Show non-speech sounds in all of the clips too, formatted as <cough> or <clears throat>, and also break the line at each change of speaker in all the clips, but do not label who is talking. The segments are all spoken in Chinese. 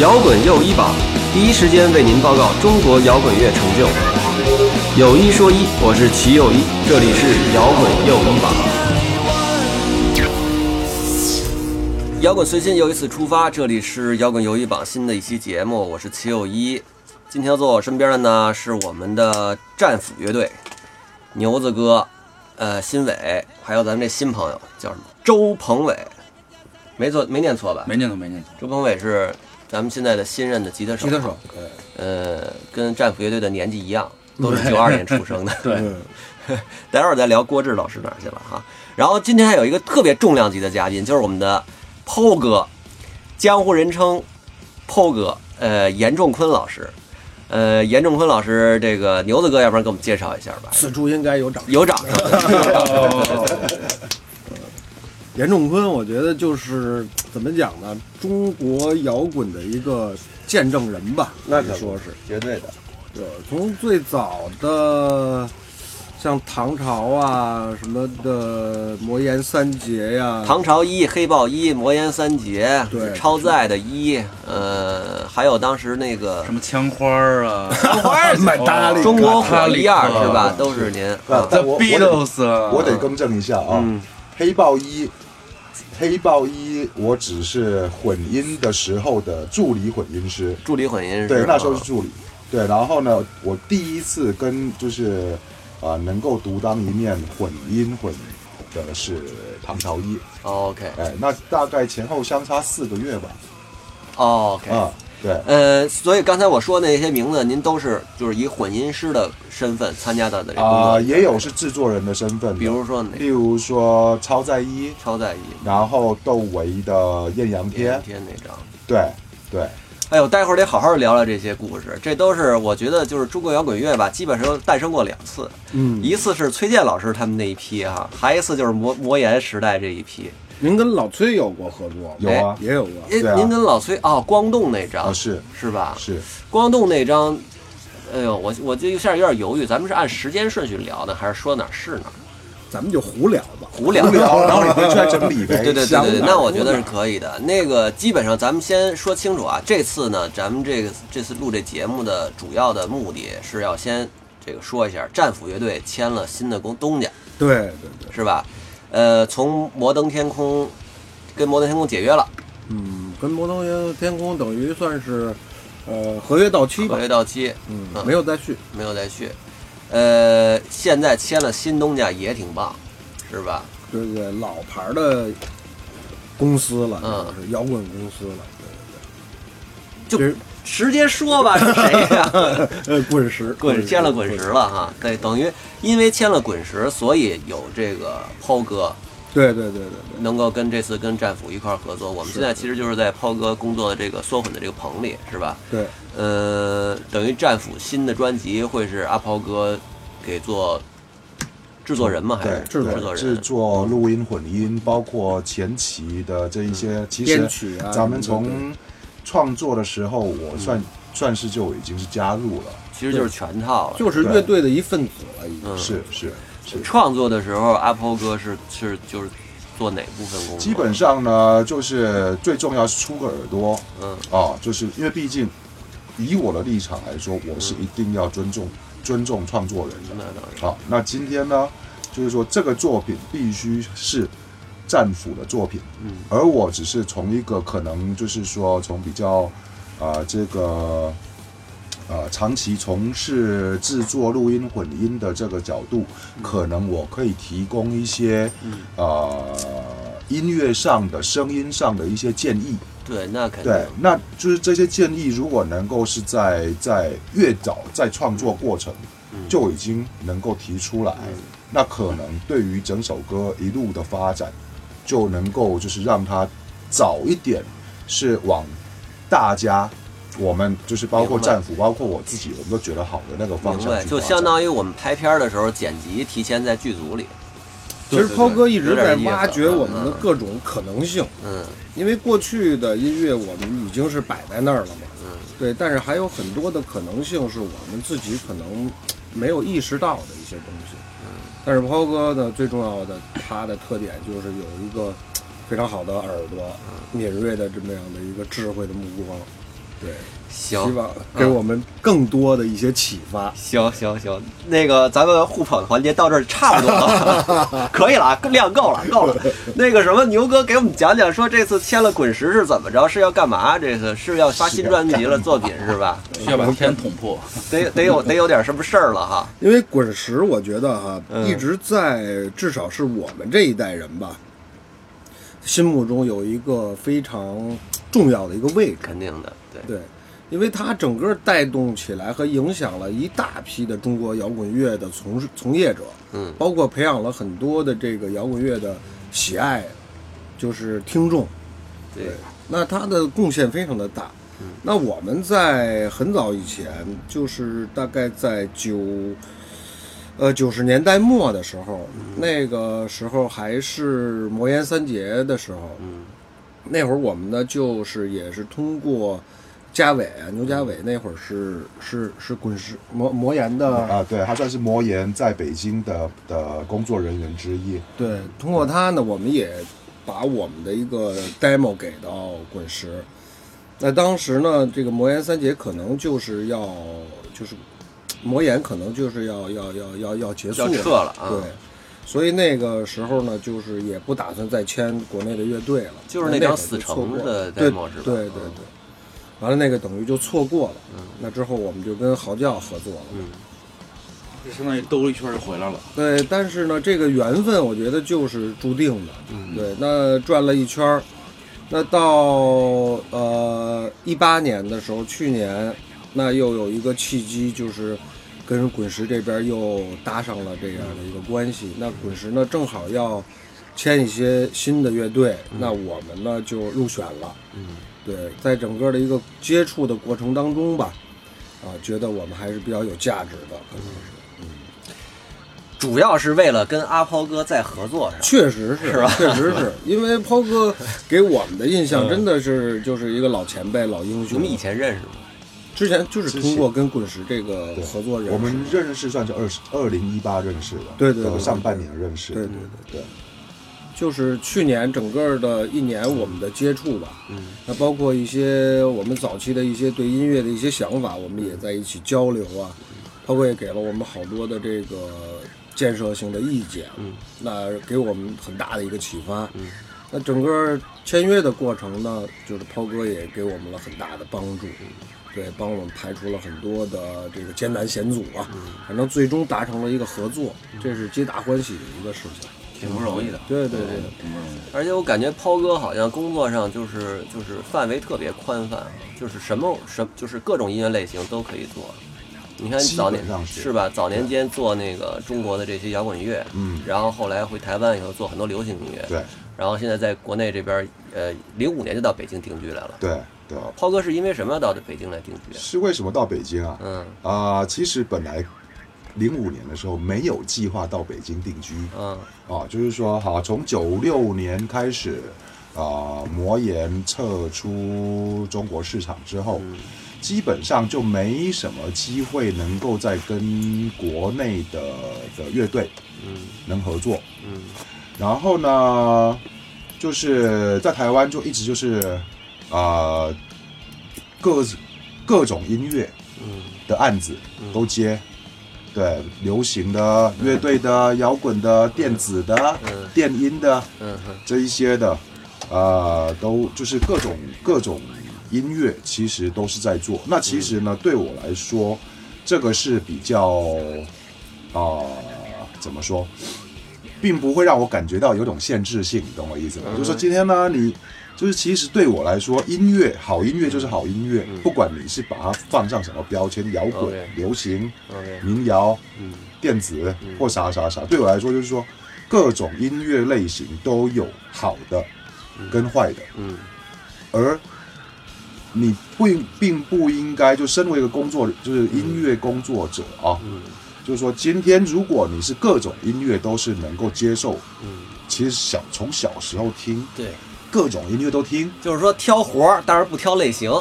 摇滚又一榜，第一时间为您报告中国摇滚乐成就。有一说一，我是齐又一，这里是摇滚又一榜。摇滚随心又一次出发，这里是摇滚又一榜新的一期节目，我是齐又一。今天坐我身边的呢是我们的战斧乐队，牛子哥，呃，新伟，还有咱们这新朋友叫什么？周鹏伟，没错，没念错吧？
没念错，没念错。
周鹏伟是咱们现在的新任的吉他手，
吉他手，对，
呃，跟战斧乐队的年纪一样，都是九二年出生的。
<laughs> 对，
待会儿再聊郭志老师哪儿去了哈。然后今天还有一个特别重量级的嘉宾，就是我们的抛哥，江湖人称抛哥，呃，严仲坤老师。呃，严仲坤老师，这个牛子哥，要不然给我们介绍一下吧？
此处应该有掌声。
有掌声。
严仲坤，我觉得就是怎么讲呢，中国摇滚的一个见证人吧，
那
可以
可
说是。
绝对的。
对，从最早的像唐朝啊什么的魔岩三杰呀、
唐朝一、黑豹一、魔岩三杰、
对
超载的一，呃，还有当时那个
什么枪花儿啊，枪
花儿
买大力
中国火
哈
一
利
样是吧？都是您。啊
啊？The
但我我得
Beatles，啊
我得更正一下啊，
嗯
黑豹一，黑豹一，我只是混音的时候的助理混音师，
助理混音是吧
对，那时候是助理，对，然后呢，我第一次跟就是啊、呃能够独当一面混音混的是唐朝一，
哦 OK
哎，那大概前后相差四个月吧，
哦 OK，
啊、对，
呃，所以刚才我说那些名字，您都是就是以混音师的身份参加到的这工
啊、
作，
也有是嗯制作人的身份的，
比如说哪
例如说超载一，
超载一、
然后窦唯的《艳阳天》
天，天那张。
对对。
哎呦，待会儿得好好聊聊这些故事，这都是我觉得就是中国摇滚乐吧，基本上诞生过两次，
嗯，
一次是崔健老师他们那一批哈、还一次就是魔魔岩时代这一批。
您跟老崔有过合作吗？
有啊，
也有过。
哎，
对啊
您跟老崔啊、光动那张、
啊是
是吧？
是
光动那张，哎呦，我我就一下有点犹豫，咱们是按时间顺序聊呢，还是说哪儿是哪儿？
咱们就胡聊哎吧。
胡聊，
然后你回去再整理呗。
<laughs>
对对对
想
对对，
哪儿
那我觉
说
得
哪
是
儿
可以的。那个基本上咱们先说清楚啊，这次呢，咱们这个这次录这节目的主要的目的是要先这个说一下，战斧乐队签了新的公东家，
对对对，
是吧？呃，从摩登天空跟摩登天空解约了，
嗯，跟摩登天空等于算是呃合约到期吧
合，约到期，
嗯，没有再续。
没有再续。呃，现在签了新东家也挺棒，是吧？
对对，老牌儿的公司了，
嗯
就是摇滚公司了。对
就
对对，
直接说吧，是谁呀、
这呃滚石，
<laughs> 滚
石
签了滚石，了哈，对，等于因为签了滚石，所以有这个抛哥
对对对对对，
能够跟这次跟战斧一块儿合作。我们现在其实就是在抛哥工作的这个缩混的这个棚里，是吧？
对，
呃，等于战斧新的专辑会是阿抛哥给做制作人吗？还
对
是
制作
制
人
作
对，制
人？
作、录音、混音，包括前期的这一些，其
编
实
曲啊
咱们
什么的
从创作的时候，我算算是就已经是加入了，
其实就是全套了。
就是乐队的一份子了，已经。
嗯
是是是。
创作的时候，阿抛哥是是就是做哪部分工作？
基本上呢，就是最重要是出个耳朵
嗯
啊，就是因为毕竟以我的立场来说，我是一定要尊重尊重创作人的
那。当然
好，那今天呢，就是说这个作品必须是战斧的作品，
嗯，
而我只是从一个可能就是说从比较，呃，这个，呃，长期从事制作、录音、混音的这个角度，可能我可以提供一些，呃，音乐上的、声音上的一些建议，
对，那肯定
对，那就是这些建议，如果能够是在在越早在创作过程就已经能够提出来，
嗯
那可能对于整首歌一路的发展，就能够就是让它早一点是往大家。我们就是包括
明白
战斧，包括我自己，我们都觉得好的那个方
明
向
白，
去
就
发
相
展
当于我们拍片儿的时候剪辑提前在剧组里。
其实涛哥一直在
有点意思啊
挖掘我们的各种可能性，
嗯，
因为过去的音乐我们已经是摆在那儿了嘛，
嗯，
对，但是还有很多的可能性是我们自己可能没有意识到的一些东西，嗯，但是涛哥呢，最重要的他的特点就是有一个非常好的耳朵，敏锐的这么样的一个智慧的目光，对，希
行
望给我们更多的一些启发。
行行行，那个咱们互捧的环节到这儿差不多 <laughs> 了，可以了啊，量够了，够了。那个什么，牛哥给我们讲讲，说这次签了滚石是怎么着？是要干嘛？这次是要发新专辑了，作品是吧？
需要把天捅破。
得得有得有点什么事儿了哈。
因为滚石，我觉得哈、
嗯
一直在至少是我们这一代人吧，心目中有一个非常重要的一个位置。
肯定的，对，
对，因为它整个带动起来和影响了一大批的中国摇滚乐的从事从业者，
嗯
包括培养了很多的这个摇滚乐的喜爱，就是听众。
对，
那它的贡献非常的大。那我们在很早以前，就是大概在九，呃九十年代末的时候，那个时候还是魔岩三杰的时候，
嗯
那会儿我们呢，就是也是通过嘉伟啊，牛嘉伟那会儿是是是滚石魔魔岩的，
啊，对他算是魔岩在北京的的工作人员之一。
对，通过他呢，我们也把我们的一个 demo 给到滚石。那当时呢，这个魔岩三杰可能就是要就是魔岩可能就是要要要要要结束
要撤了啊
对。所以那个时候呢，就是也不打算再签国内的乐队了，
就是
那
那张
会儿就
死
错
城
过
的
了对
demo 是吧
对对对
嗯
对，完了那个等于就错过了。那之后我们就跟嚎叫合作了。
嗯，
这相当于兜了一圈就回来了。
对，但是呢，这个缘分我觉得就是注定的。
嗯
对，那转了一圈儿，那到呃一八年的时候，去年那又有一个契机，就是跟滚石这边又搭上了这样的一个关系。那滚石呢，正好要签一些新的乐队，那我们呢就入选了。
嗯，
对，在整个的一个接触的过程当中吧，啊，觉得我们还是比较有价值的，可能是。
主要是为了跟阿抛哥再合作是吧？
确实是，
是吧
确实是因为抛哥给我们的印象真的是就是一个老前辈、老英
你
雄
们。以前认识吗？
之前就是通过跟滚石这个
对
合作人，
我们认识算是二十二零一八认识的，
对对对
呃上半年认识，
对对
对
就是去年整个的一年我们的接触吧，
嗯，
那包括一些我们早期的一些对音乐的一些想法，我们也在一起交流啊。抛哥也给了我们好多的这个建设性的意见，嗯，那给我们很大的一个启发，嗯。那整个签约的过程呢，就是抛哥也给我们了很大的帮助，对，帮我们排除了很多的这个艰难险阻啊，反正最终达成了一个合作，这是皆大欢喜的一个事情。
挺不容易的，
嗯对对对，
挺不容易的。
而且我感觉抛哥好像工作上就是就是范围特别宽泛，就是什么什就是各种音乐类型都可以做。你看
基
早
本
年
上是
是吧？早年间做那个中国的这些摇滚乐，
嗯
然后后来回台湾以后做很多流行音乐，
对
然后现在在国内这边，呃，零五年就到北京定居来了。
对对，
抛哥是因为什么要到北京来定居？啊
是为什么到北京啊？
嗯
啊、其实本来零五年的时候没有计划到北京定居
嗯
啊，就是说，好，从九六年开始，啊、魔岩撤出中国市场之后，
嗯
基本上就没什么机会能够再跟国内的的乐队
嗯
能合作。
嗯
然后呢，就是在台湾就一直就是啊、呃各各种音乐
嗯
的案子都接，对，流行的、乐队的、摇滚的、电子的、
嗯
电音的
嗯哼
这一些的，呃，都就是各种各种音乐，其实都是在做。那其实
嗯
呢，对我来说，这个是比较啊、怎么说，并不会让我感觉到有种限制性，你懂我意思
嗯
吗？就是说今天呢，你。就是其实对我来说，音乐好音乐就是好音乐，不管你是把它放上什么标签，摇
嗯
滚
OK、
流行、
，OK，
民谣、
嗯
电子或啥啥啥，对我来说就是说，各种音乐类型都有好的跟坏的，
嗯
而你不应并不应该就身为一个工作就是音乐工作者啊，
嗯
就是说今天如果你是各种音乐都是能够接受，
嗯，
其实小从小时候听
对，
各种音乐都听，
就是说挑活儿，但是不挑类型。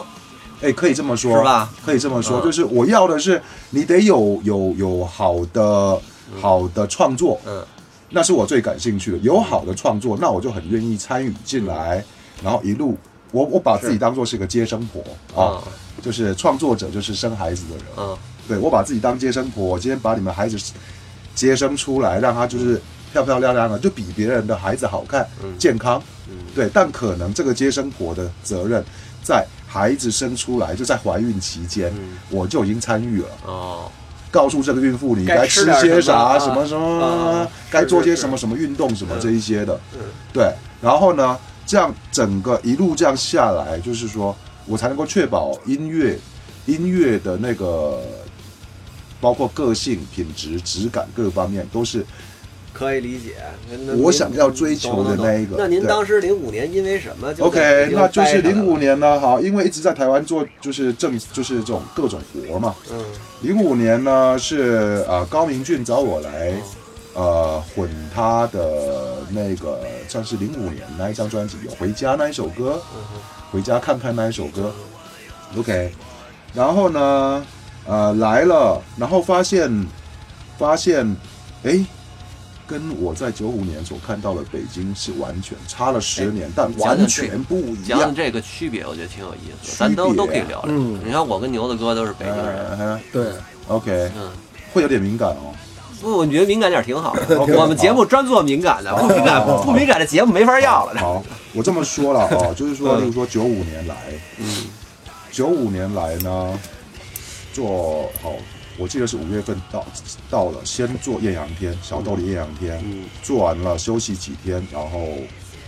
哎，可以这么说，
是吧？
可以这么说，
嗯
就是我要的是你得有有有好的好的创作，
嗯
那是我最感兴趣的。有好的创作，那我就很愿意参与进来，然后一路我我把自己当做是个接生婆啊
啊，
就是创作者就是生孩子的人，
啊，
对我把自己当接生婆，我今天把你们孩子接生出来，让他就是漂漂亮亮的，就比别人的孩子好看、健康。对，但可能这个接生婆的责任，在孩子生出来就在怀孕期间，我就已经参与了，
哦，
告诉这个孕妇你
该
该
吃
吃
点
些
什么
啥、
啊
什么什么，
啊
该
是
做些
是
什么什么运动什么这一些的。
嗯
对，然后呢，这样整个一路这样下来，就是说我才能够确保音乐音乐的那个包括个性、品质、质感各方面都是
可以理解。那那
我
您
想要追求的
懂懂懂
那一个。
那您
对
当时零五年因为什么就
OK，那就是零五
年，
年呢，好，因为一直在台湾做就是政就是这种各种活嘛。
嗯
零五年呢是呃高明俊找我来呃混他的那个算是零五年那一张专辑有《回家》那一首歌，回家看看那一首歌，OK，然后呢呃来了，然后发现发现哎。跟我在九五年所看到的北京是完全差了十年，但完全不一
讲讲
样。
这个区别，我觉得挺有意思的，
区
咱
别
都都可以聊聊。
嗯
你看我跟牛子哥都是北京人，
呃
对，
，OK，
嗯，
会有点敏感哦。
不，我觉得敏感点挺好
<laughs>
的。
OK，
我们节目专做敏感的，
好
不敏感
好好
不敏感的节目没法要了。
好，我这么说了 <laughs> 哦，就是说，
嗯
例如说九五年来，嗯，九五年来呢，做好，我记得是五月份到到了，先做艳阳天，小豆梨艳阳天，
嗯
做完了休息几天，然后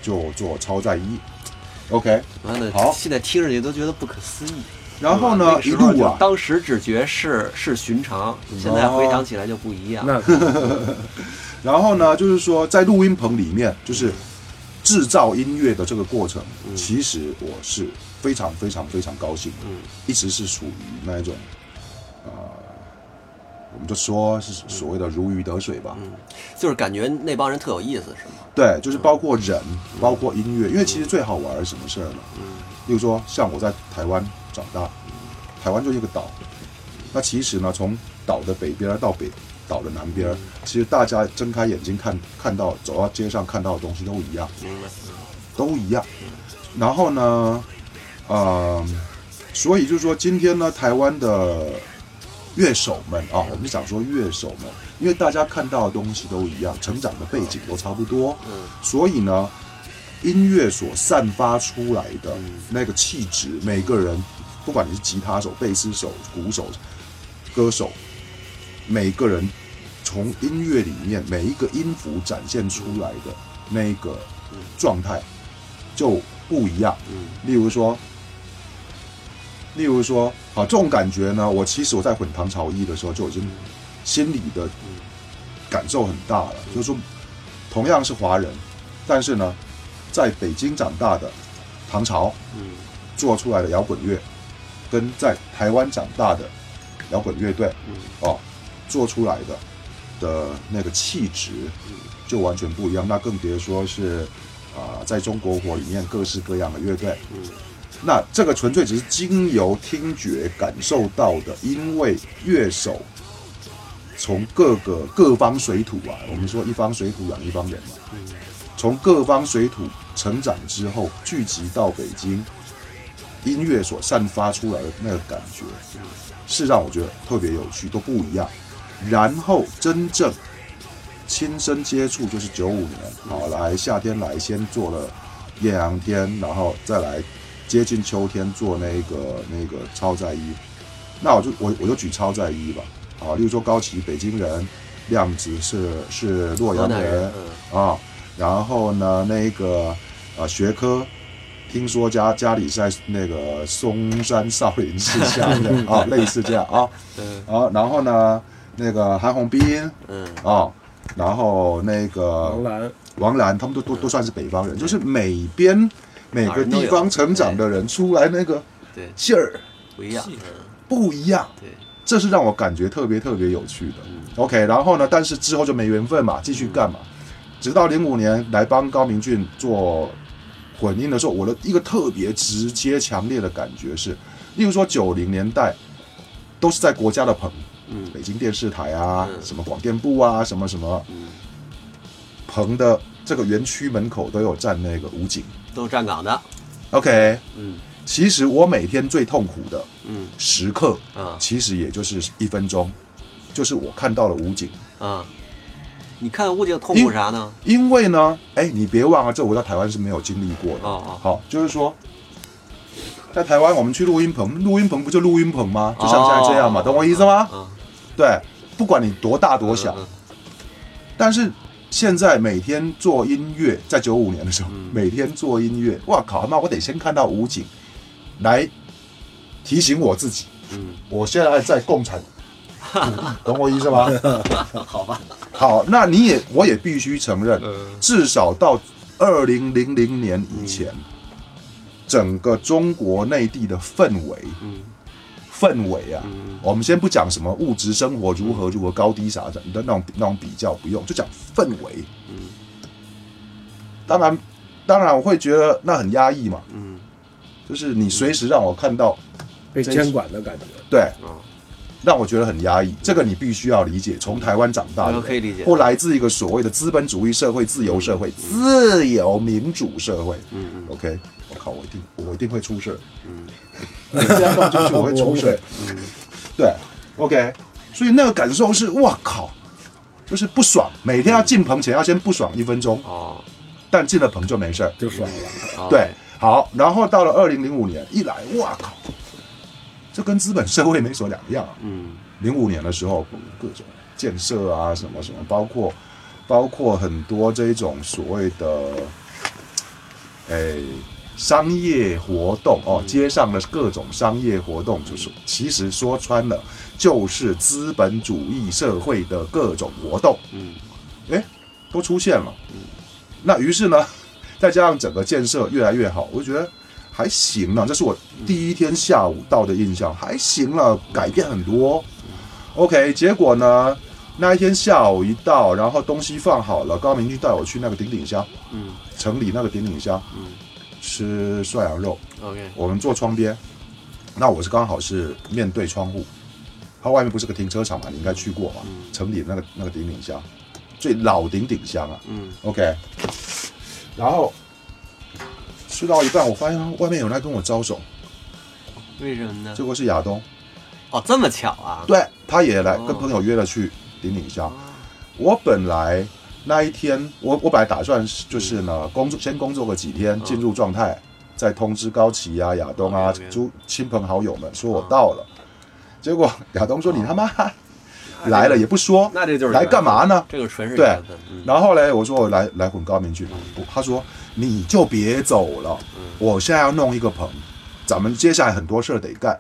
就做超载一，OK，
完了，
哦好
现在听上去都觉得不可思议。
然后
那
呢，
个
一
时候
路
就
啊，
当时只觉是是寻常，现在回想起来就不一
哦
样。
那
然后呢，就是说在录音棚里面，就是制造音乐的这个过程，其实我是非常非常非常高兴的，一直是属于那一种，呃，我们就说是所谓的如鱼得水吧，
就是感觉那帮人特有意思，是吗？
对，就是包括人，包括音乐，因为其实最好玩是什么事儿呢？例如说，像我在台湾长大，台湾就是一个岛，那其实呢，从岛的北边到北岛的南边，其实大家睁开眼睛看看到走到街上看到的东西都一样，
明白。
都一样。然后呢，呃，所以就是说，今天呢，台湾的乐手们啊，我们想说乐手们，因为大家看到的东西都一样，成长的背景都差不多，所以呢，音乐所散发出来的那个气质，每个人，不管你是吉他手、贝斯手、鼓手、歌手，每个人从音乐里面每一个音符展现出来的那个状态就不一样。例如说，例如说，好，这种感觉呢，我其实我在混唐朝一的时候就已经心里的感受很大了，就是说，同样是华人，但是呢，在北京长大的唐朝
嗯
做出来的摇滚乐，跟在台湾长大的摇滚乐队
嗯
哦做出来的的那个气质就完全不一样，那更别说是啊、在中国火里面各式各样的乐队。
嗯
那这个纯粹只是经由听觉感受到的，因为乐手从各个各方水土啊，我们说一方水土养一方人嘛，从各方水土成长之后，聚集到北京，音乐所散发出来的那个感觉，是让我觉得特别有趣，都不一样。然后真正亲身接触就是九五年，好来夏天来先做了艳阳天，然后再来接近秋天做那个那个超载一，那我就我我就举超载一吧，啊，例如说高旗北京人，亮子是是洛阳
河南人嗯
人啊，然后呢那个啊学科。听说家家里是在那个嵩山少林寺下的啊，类似这样啊，
嗯
啊，然后呢，那个韩红斌
嗯
啊，然后那
王
个
兰
王兰，他们都都都算是北方人，就是每边每个地方成长的人出来那个
对，
劲儿
不一样。嗯
不一样，
对，
这是让我感觉特别特别有趣的。OK，然
嗯
后呢，但是之后就没缘分嘛，继续干嘛？直到零五年来帮高明俊做混音的时候，我的一个特别直接、强烈的感觉是，例如说九零年代都是在国家的棚，
嗯
北京电视台啊，
嗯
什么广电部啊，什么什么
嗯，
棚的这个园区门口都有站那个武警
都是站岗的。
啊、 OK，
嗯
其实我每天最痛苦的
嗯
时刻，
啊
其实也就是一分钟，就是我看到了武警。
啊，你看物件痛苦啥呢？
因为呢，哎，你别忘了，这我在台湾是没有经历过的。
哦哦
好，就是说，在台湾我们去录音棚，录音棚不就录音棚吗？就像现在这样嘛，
哦
懂我意思吗？
啊，
对，不管你多大多小，
嗯
但是现在每天做音乐，在九五年的时候，
嗯
每天做音乐，哇靠，他妈，我得先看到武警来提醒我自己，
嗯
我现在在共
<laughs>
产，懂我意思吗？
好吧，
好，那你也我也必须承认，
嗯
至少到二零零零年以前，整个中国内地的氛围，
嗯
氛围啊，
嗯
我们先不讲什么物质生活如何如何高低啥的那种那种比较不用，就讲氛围。
嗯
当然，当然我会觉得那很压抑嘛，
嗯
就是你随时让我看到，
被监管的感觉。
对
哦，
让我觉得很压抑。这个你必须要理解，从台湾长大的
这个可以理解
或来自一个所谓的资本主义社会、自由社会、自由民主社会。
嗯
OK，我靠，我一定我一定会出事。
嗯
<laughs> 你这样弄进去我会出事。
嗯
对，OK，所以那个感受是，哇靠，就是不爽，每天要进棚前要先不爽一分钟，
哦，
但进了棚就没事儿。
就
<laughs>
爽了，
好
对，，好，然后到了二零零五年一来，哇靠，这跟资本社会没什么两样啊。
嗯
零五年的时候，各种建设啊，什么什么，包括包括很多这种所谓的，诶、商业活动哦，街上的各种商业活动，就是其实说穿了，就是资本主义社会的各种活动，
嗯
诶、都出现了。那于是呢， <laughs> 再加上整个建设越来越好，我就觉得还行啊。这是我第一天下午到的印象，还行了，改变很多。OK，结果呢，那一天下午一到，然后东西放好了，高明君带我去那个顶顶虾，
嗯
城里那个顶顶虾
嗯
吃涮羊肉，
，OK，
我们坐窗边，那我是刚好是面对窗户，它外面不是个停车场嘛，你应该去过嘛，城里那个那个顶顶虾，最老顶顶虾啊，
嗯
OK，然后吃到一半，我发现外面有人来跟我招手，
为什么呢
结？果是亚东，
哦，这么巧啊？
对，他也来
哦
跟朋友约了去顶顶虾。我本来那一天，我我本来打算是就是
嗯
呢，工作先工作个几天，进入状态，再通知高旗啊、亚东啊
OK，OK、
诸亲朋好友们说我
嗯
到了。结
哦
果亚东说：“你他妈 <laughs> 来了也不说，
那这就是
来干嘛呢？”
这个纯是
对
缘分，嗯
然后嘞，我说我来来混高明去，不，他说你就别走了，
嗯
我现在要弄一个棚，咱们接下来很多事儿得干。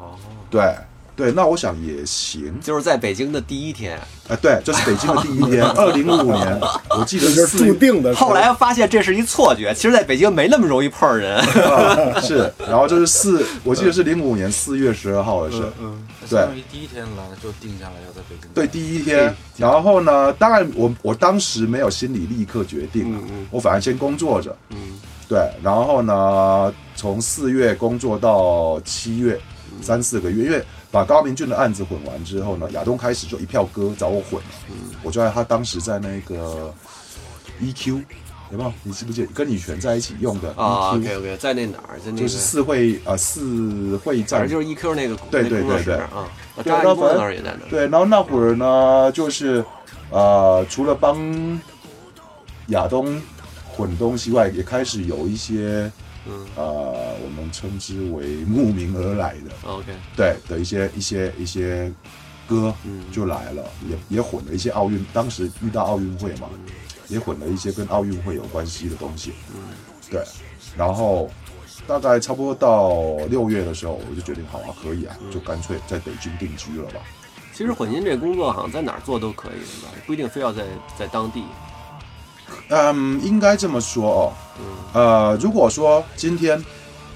哦，
对对，那我想也行，
就是在北京的第一天，
哎、对，这是北京的第一天，二零五年，我记得
这就是是注
四
定的。
后来发现这是一错觉，其实在北京没那么容易碰上
<laughs>
人。
月，是，然后这是四，我记得是零五年四月十二号的事，
嗯相当于第一天来就定下来要在北京。
对，第一天。然后呢，当然我我当时没有心里立刻决定、啊，我反而先工作着，
嗯
对，然后呢，从四月工作到七月，
嗯
三四个月，因为把高明俊的案子混完之后呢，亚东开始就一票歌找我混
嗯
了，我就在他当时在那个 EQ 有没有？你记不记得跟羽泉在一起用的
啊
EQ？、
，OK OK，在那哪儿，在那
就
个
是四会呃四会
反
站
正就是 EQ 那个
对
那
对
工作
对
室
对
啊，我
对
张
那
一波
反
那儿也在那儿。
对，然后那会儿呢，就是呃，除了帮亚东混东西外，也开始有一些，
嗯
呃，我们称之为慕名而来的，
，OK，
对的一些一些一些歌
嗯
就来了，也也混了一些奥运，当时遇到奥运会嘛，也混了一些跟奥运会有关系的东西，
嗯
对，然后。大概差不多到六月的时候，我就决定好啊，可以啊，
嗯
就干脆在北京定居了吧。
其实混音这工作好像在哪儿做都可以，是吧？不一定非要在在当地。
嗯，应该这么说哦。呃，如果说今天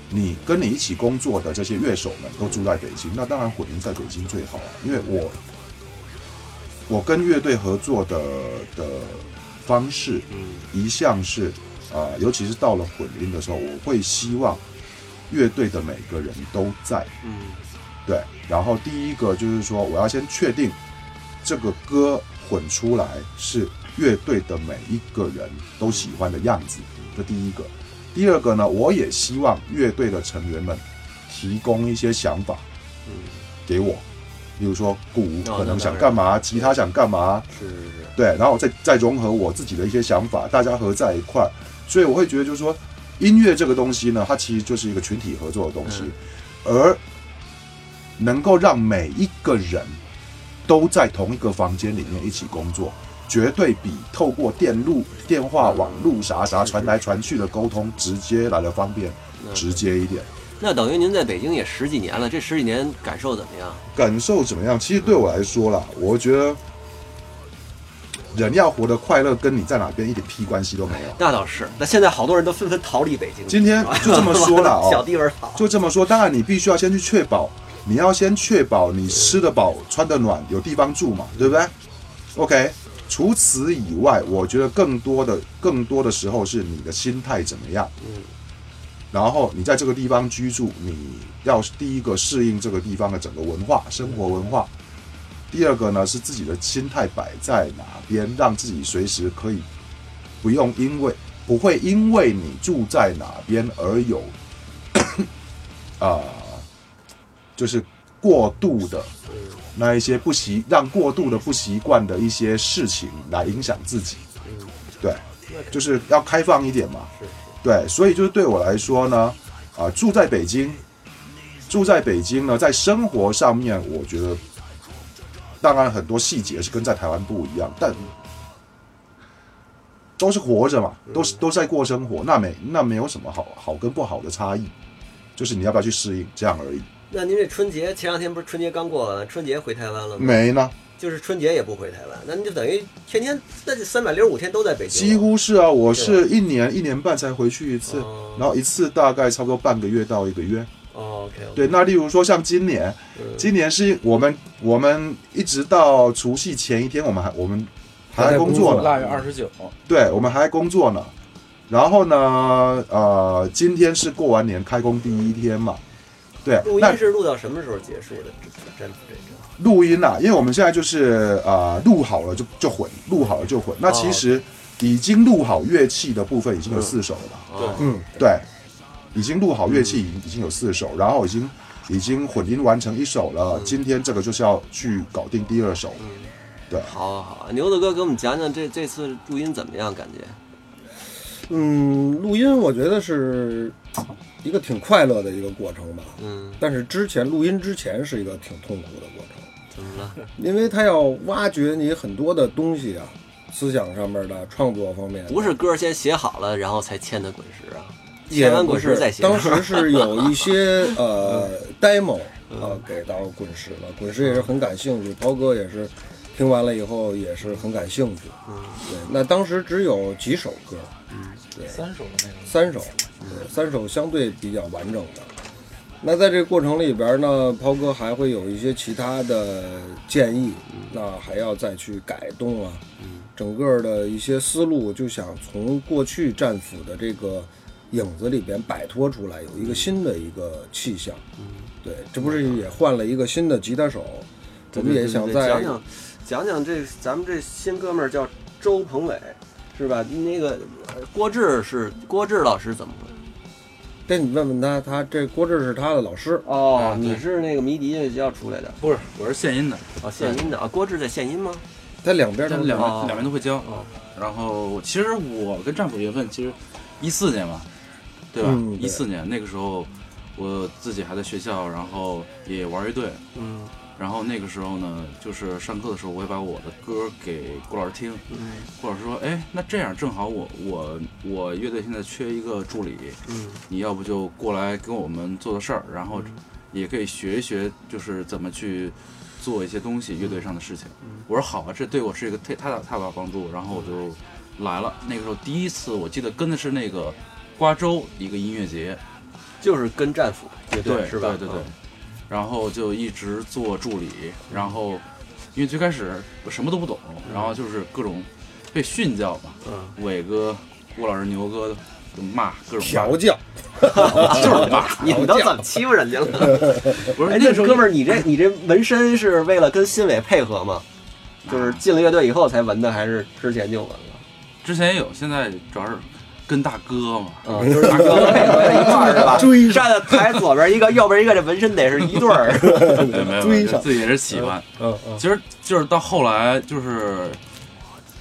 你跟你一起工作的这些乐手们都住在北京，那当然混音在北京最好啊，因为我我跟乐队合作的的方式
嗯
一向是啊、呃尤其是到了混音的时候，我会希望乐队的每个人都在。
嗯
对，然后第一个就是说，我要先确定这个歌混出来是乐队的每一个人都喜欢的样子，这第一个。第二个呢，我也希望乐队的成员们提供一些想法，给我，比如说鼓
嗯哦
可能想
那当然
干嘛，吉他想干嘛，
是是是，
对，然后我再再融合我自己的一些想法，大家合在一块儿，所以我会觉得就是说，音乐这个东西呢，它其实就是一个群体合作的东西，而能够让每一个人都在同一个房间里面一起工作，绝对比透过电路、电话、网路啥啥传来传去的沟通直接来的方便，直接一点。
那等于您在北京也十几年了，这十几年感受怎么样？
感受怎么样？其实对我来说啦，我觉得人要活得快乐，跟你在哪边一点屁关系都没有。
那倒是，
那现在好多人都纷纷逃离北京，
今天就这么说了
<laughs> 小
哦，
地方逃。
就这么说。当然，你必须要先去确保，你要先确保你吃得饱、穿得暖、有地方住嘛，对不对？OK。除此以外，我觉得更多的、更多的时候是你的心态怎么样。嗯。然后你在这个地方居住，你要第一个适应这个地方的整个文化、生活文化。第二个呢是自己的心态摆在哪边，让自己随时可以不用因为不会因为你住在哪边而有啊、就是过度的那一些不习，让过度的不习惯的一些事情来影响自己。对，就是要开放一点嘛。对，所以就是对我来说呢，啊、住在北京，住在北京呢，在生活上面，我觉得，当然很多细节是跟在台湾不一样，但都是活着嘛，都是都在过生活，那没那没有什么好好跟不好的差异。就是你要不要去适应，这样而已。
那您这春节前两天不是春节刚过完，春节回台湾了吗？
没呢，
就是春节也不回台湾，那您就等于天天那就三百六十五天都在北京了，
几乎是啊，我是一年一年半才回去一次
哦，
然后一次大概差不多半个月到一个月。
哦嗯 OK，, o
对，那例如说像今年，今年是我们我们一直到除夕前一天，我们还我们还在工作呢，
腊月二十九，
对，我们还在工作呢。然后呢，呃，今天是过完年开工第一天嘛，对，
录
那
音是录到什么时候结束的？这这占卜这张。
录音啊，因为我们现在就是啊，呃录好了就就混，录好了就混。那其实已经录好乐器的部分已经有四首了吧？
哦
嗯，
对，已经录好乐器已已经有四首，然后已经已经混音完成一首了。今天这个就是要去搞定第二首。
好啊好啊，牛子哥给我们讲讲这这次录音怎么样？感觉
嗯，录音我觉得是一个挺快乐的一个过程吧，
嗯，
但是之前录音之前是一个挺痛苦的过程。
怎么了？
因为他要挖掘你很多的东西啊，思想上面的创作方面的，
不是歌先写好了，然后才签的滚石啊？
也
签完
不
滚
是
石再，写。
当时是有一些呃 demo 呃给到滚石了，滚石也是很感兴趣，涛哥也是听完了以后也是很感兴趣，
嗯
对，那当时只有几首歌，
三首的那个。
三首，对，三首相对比较完整的。那在这个过程里边呢，涛哥还会有一些其他的建议，那还要再去改动啊，整个的一些思路就想从过去战斧的这个影子里边摆脱出来，有一个新的一个气象。对，这不是也换了一个新的吉他手，我
<laughs> 对
们
对
也
对
想
对
在
讲讲讲讲这咱们这新哥们儿叫周鹏伟，是吧？那个呃郭志是郭志老师怎么回事？
但你问问他，他这郭志是他的老师，
哦
啊，对
你是那个迷笛乐校出来的
不是，我是现音的，
啊？献音的啊？郭志在献音吗？
他两边都
但
是
是两边、
哦
两边都会教。
哦
然后其实我跟战斧缘分，其实一四年嘛，对吧
嗯？对
一四、年那个时候，我自己还在学校，然后也玩乐队。
嗯
然后那个时候呢，就是上课的时候，我会把我的歌给郭老师听，
嗯
郭老师说，哎，那这样正好我我我乐队现在缺一个助理，
嗯
你要不就过来跟我们做做事儿，然后也可以学一学，就是怎么去做一些东西，乐队上的事情。我说好啊，这对我是一个太太大太大帮助。然后我就来了，那个时候第一次我记得跟的是那个瓜州一个音乐节，
就是跟战斧乐队
对
是吧？
对对对
啊，
然后就一直做助理，然后因为最开始我什么都不懂，然后就是各种被训教嘛，
嗯，
伟哥、郭老师、牛哥就骂各种骂
调教。
就是骂，
啊你们都怎么欺负人家了？
不
哎，
是
那
那时候
哥们儿，你这你这纹身是为了跟新伟配合吗？就是进了乐队以后才纹的，还是之前就纹了？
之前也有，现在主要是跟大哥嘛，
啊，就是大哥和美国在一块儿是吧？
追上
站在台左边一个，右边一个，这纹身得是一对儿。
对，没有，没
追
有
上
自己也是喜欢。
嗯嗯，
其实就是到后来，就是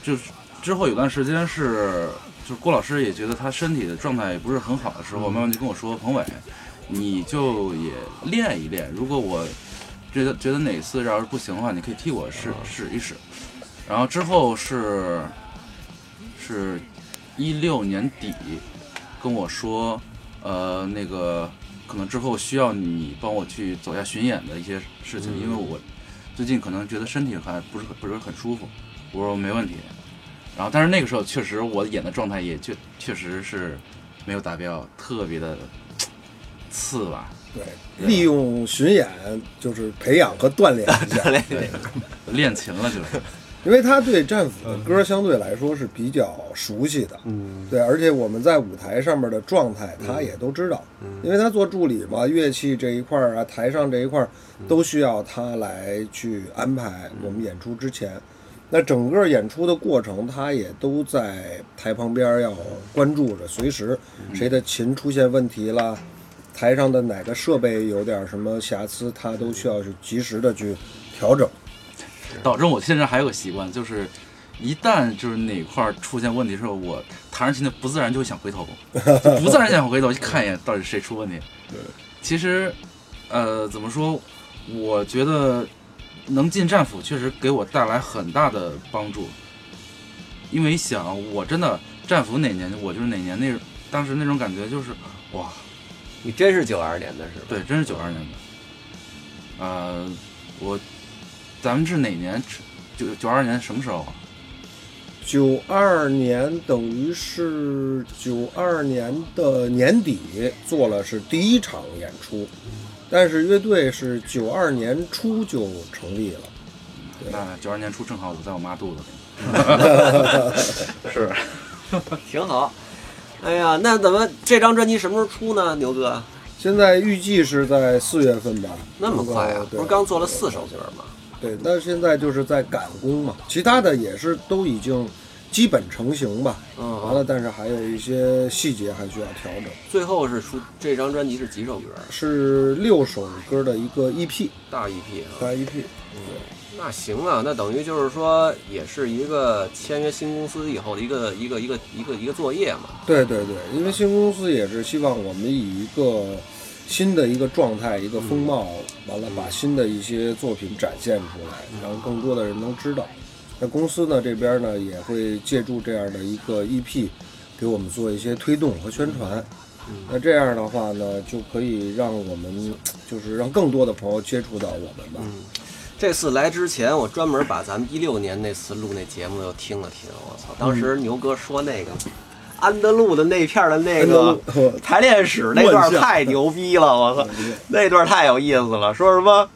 就是之后有段时间是，就是郭老师也觉得他身体的状态也不是很好的时
嗯
候，慢慢就跟我说：“彭伟，你就也练一练，如果我觉得觉得哪次要是不行的话，你可以替我试
嗯
试一试。”然后之后是是一六年底跟我说，呃，那个可能之后需要你帮我去走下巡演的一些事情，因为我最近可能觉得身体还不是很不是很舒服。我说没问题。然后，但是那个时候确实我演的状态也确确实是没有达标，特别的次吧。
对，利用巡演就是培养和锻炼一下，
对，练琴了就是。
因为他对战斧的歌相对来说是比较熟悉的，
嗯
对，而且我们在舞台上面的状态他也都知道，因为他做助理嘛，乐器这一块儿啊，台上这一块儿都需要他来去安排。我们演出之前，那整个演出的过程，他也都在台旁边要关注着，随时谁的琴出现问题啦，台上的哪个设备有点什么瑕疵，他都需要去及时的去调整。
导致我现在还有个习惯，就是一旦就是哪块儿出现问题的时候，我弹着琴就不自然就会想回头，就不自然想回头去看一眼到底谁出问题。其实，呃，怎么说？我觉得能进战斧确实给我带来很大的帮助，因为想我真的战斧哪年我就是哪年那当时那种感觉就是哇，
<laughs> 你真是九二年的是吧？
对，真是九二年的。呃，我咱们是哪年？九九二年什么时候啊？
九二年等于是九二年的年底做了是第一场演出，但是乐队是九二年初就成立了。
那九二年初正好我在我妈肚子里。
<laughs> 挺好。哎呀，那怎么这张专辑什么时候出呢？牛哥，
现在预计啊是在四月份吧，
那么快啊
能够？哦对
不是刚做了四首歌吗？
对，那现在就是在赶工嘛，其他的也是都已经基本成型吧。
嗯
完了，但是还有一些细节还需要调整，
最后是出这张专辑是几首歌？
是六首歌的一个 EP
大一批啊。
大 E EP。
那行啊，那等于就是说，也是一个签约新公司以后的一个一个一个一个一个作业嘛。
对对对，因为新公司也是希望我们以一个新的一个状态、一个风貌，完了把新的一些作品展现出来，让更多的人能知道。那公司呢这边呢也会借助这样的一个 EP，给我们做一些推动和宣传。那这样的话呢，就可以让我们就是让更多的朋友接触到我们吧。
嗯这次来之前，我专门把咱们一六年那次录那节目又听了听。我操，当时牛哥说那个安德路的那片儿的那个
<laughs> 安德路
排练室那段太牛逼了，我操，那段太有意思了。说什么？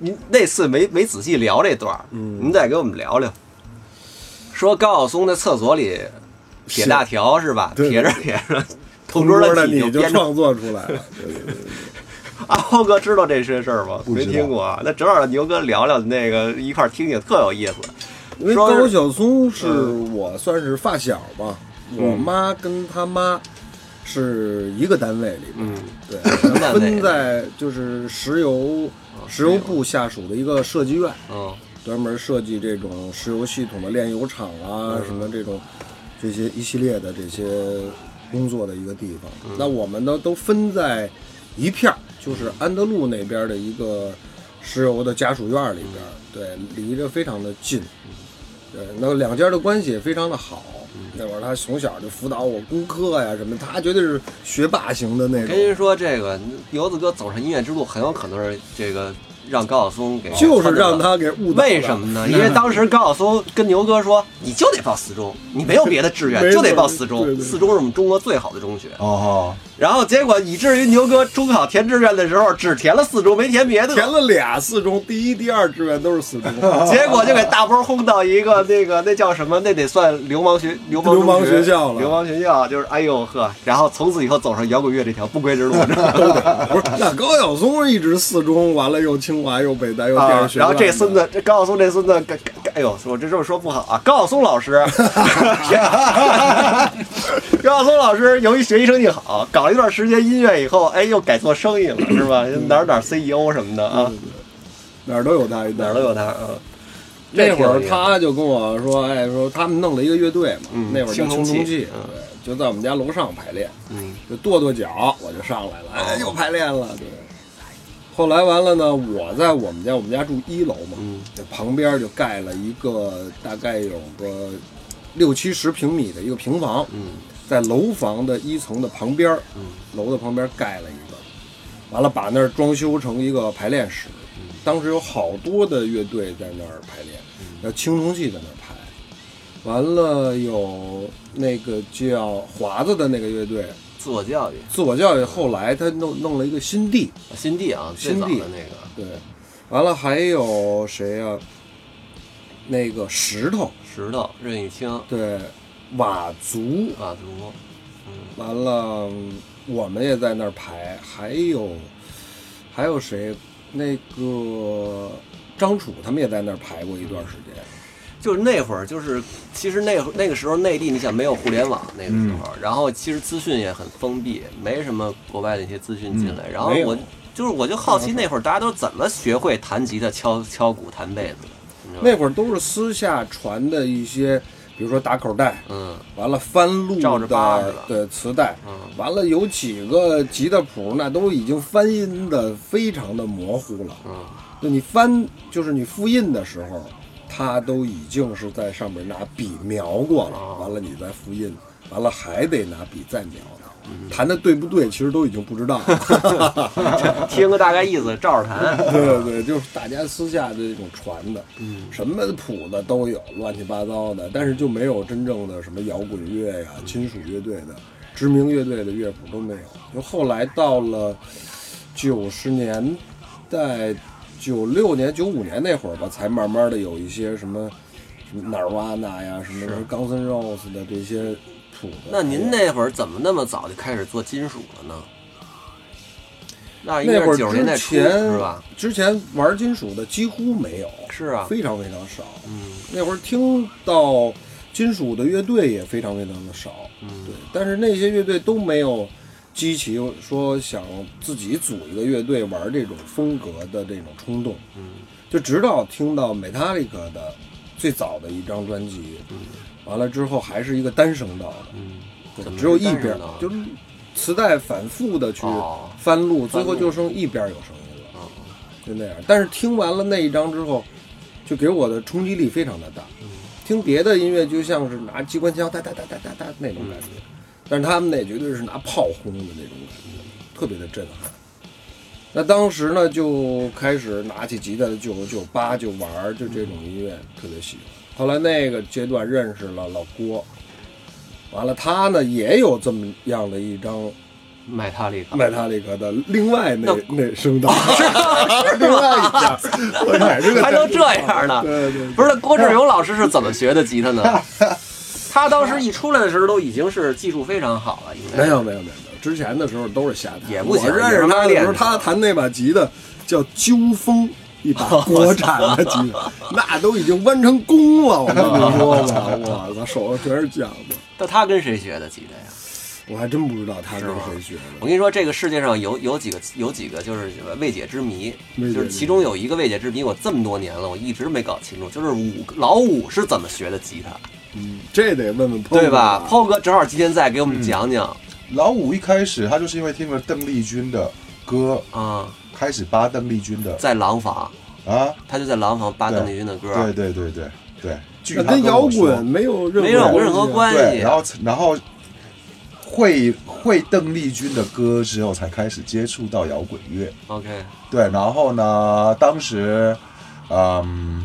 您那次没没仔细聊这段，嗯，您再给我们聊聊。说高晓松在厕所里铁大条是吧？
对
铁着铁着，同桌
桌
的
<laughs> 你
就
就
编出
创作出来了，对对对
<laughs> 阿浩哥知道这些事儿吗？
不知
没
道
听过啊。那正好牛哥聊聊那个一块儿听听，特有意思。
因为
说是
高晓松是我算是发小嘛，我妈跟他妈是一个单位里面，对，
么单位
嗯分在就是石油石油部下属的一个设计院，
嗯，
专门设计这种石油系统的炼油厂
嗯
啊，什么这种这些一系列的这些工作的一个地方。
嗯
那我们呢都分在一片儿，就是安德路那边的一个石油的家属院里边儿，对，
嗯
离着非常的近。对，那两家的关系也非常的好。
嗯
那会儿他从小就辅导我功课呀什么，他绝对是学霸型的那
跟您
种，
说这个牛子哥走上音乐之路，很有可能是这个让高晓松给
就是让。他给误导了。
为什么呢？因为当时高晓松跟牛哥说：“你就得报四中，你没有别的志愿，
<laughs> 没
就得
错
报四中。
对对
四中是我们中国最好的中学。
哦，
然后结果以至于牛哥中考填志愿的时候，只填了四中，没填别的。
填了俩四中，第一、第二志愿都是四
<laughs>
中。
结果就给大波轰到一
<laughs>
个那个那叫什么？那得算流氓学流氓中
流氓学校了
流氓学校就是哎呦呵，然后从此以后走上摇滚乐这条不归之路，
<laughs> 不是，那高晓松一直四中，完了又清华又北大又电
啊
视学院的、
然后这孙子这高晓松这孙子改改改哎呦，我这这么说不好啊！高晓松老
<laughs>
师，高晓松老师由于学习成绩好，搞了一段时间音乐以后，哎，又改做生意了，是吧？
嗯
哪儿哪儿 CEO 什么的啊，
哪儿都有他，
哪儿都有他啊。
那会儿他就跟我说：“哎，说他们弄了一个乐队嘛，
嗯
那会儿叫
青铜
青
器
铜器，
嗯
对，就在我们家楼上排练，
嗯
就跺跺脚，我就上来了，哎，又排练了，对。后来完了呢，我在我们家，我们家住一楼嘛，
嗯
这旁边就盖了一个大概有个六七十平米的一个平房，
嗯
在楼房的一层的旁边儿，楼的旁边盖了一个，完了把那儿装修成一个排练室。当时有好多的乐队在那儿排练，然后青铜器在那儿排，完了有那个叫华子的那个乐队，
自我教育，
自我教育后来他弄弄了一个新地，
新地啊，最
新
早
地
的那个
对，完了还有谁呀、那个石头，
石头任意清
对，佤族，
啊，如
完了，嗯我们也在那儿排，还有还有谁？那个张楚他们也在那儿排过一段时间。
就是那会儿，就是其实那会儿那个时候内地，你想没有互联网那个时
嗯
候，然后其实资讯也很封闭，没什么国外的一些资讯进来。然后
嗯没有
我就是我就好奇那会儿大家都怎么学会弹吉他、敲敲鼓、弹贝斯的， <laughs> 你知道吗
那会儿都是私下传的一些，比如说打口袋，
嗯
完了翻录
照着扒是
的
吧
对磁带，
嗯
完了有几个吉他谱那都已经翻音的非常的模糊了。
嗯，
就你翻，就是你复印的时候，它都已经是在上面拿笔描过
哦
了，完了你再复印，完了还得拿笔再描
嗯
它，弹的对不对，其实都已经不知道了。 <laughs>
听个大概意思，照着弹。
对对对，就是大家私下的这种传的，
嗯
什么谱子都有，乱七八糟的，但是就没有真正的什么摇滚乐
嗯
呀、金属乐队的、知名乐队的乐谱都没有。就后来到了九十年代、九六年、九五年那会儿吧，才慢慢的有一些什么什么纳尔瓦纳呀、什么钢丝 Rose 的这些谱子。
那您那会儿怎么那么早就开始做金属了呢？那应
那
该
会
是
儿
九十年代
之
初
前
是吧？？
之前玩金属的几乎没有，
是啊
非常非常少。
嗯
那会儿听到金属的乐队也非常非常的少，
嗯
对，但是那些乐队都没有激起说想自己组一个乐队玩这种风格的这种冲动，
嗯
就直到听到 Metallica 的最早的一张专辑，完了之后还是一个单声道的，
嗯，怎
对，
么
只有
是
一
单
边
声道的
就是磁带反复的去
哦
翻录，最
翻
后
录
就剩一边有声音了，
哦
就那样。但是听完了那一张之后，就给我的冲击力非常的大。听别的音乐就像是拿机关枪哒哒哒哒哒哒那种感觉，但是他们那绝对是拿炮轰的那种感觉，特别的震撼。那当时呢，就开始拿起吉他就就扒就玩儿，就这种音乐特别喜欢。后来那个阶段认识了老郭，完了他呢也有这么样的一张
麦塔利卡，
麦塔利克的另外那
啊那
那声
<laughs>
道，另外一家，我也是个
还能这样呢？
对对，
不是，那郭志勇老师是怎么学的吉他
<laughs>
呢？他当时一出来的时候都已经是技术非常好了，应该
没有没有没有，没有之前的时候都是瞎弹，
也不行
我认识他的时候，他弹那把吉他叫纠风。一
<laughs>
把国产的吉他，那都已经弯成弓了，我跟
<laughs>
你说吧，我操，手上全是茧子，
那他跟谁学的吉他呀？
我还真不知道他
是
跟
吗
谁学
我
的。
跟你说，这个世界上有有几个有几个就是未解之谜，
未解之谜
就是其中有一个未解之谜，我这么多年了，我一直没搞清楚，就是五老五是怎么学的吉他，
嗯，这得问啊问
对吧？
抛
抛哥正好今天在，给我
嗯
们讲讲
老五一开始他就是因为听了邓丽君的歌，
啊，
开始扒邓丽君的
在廊坊，
啊，
他就在廊坊扒
对
邓丽君的歌，
对对对对对，据
那
他
跟
我
摇
说
滚没有任何
没有任何
系啊
关
对，
系
然。后然后会会邓丽君的歌之后，才开始接触到摇滚乐。
OK，
对，然后呢，当时，嗯，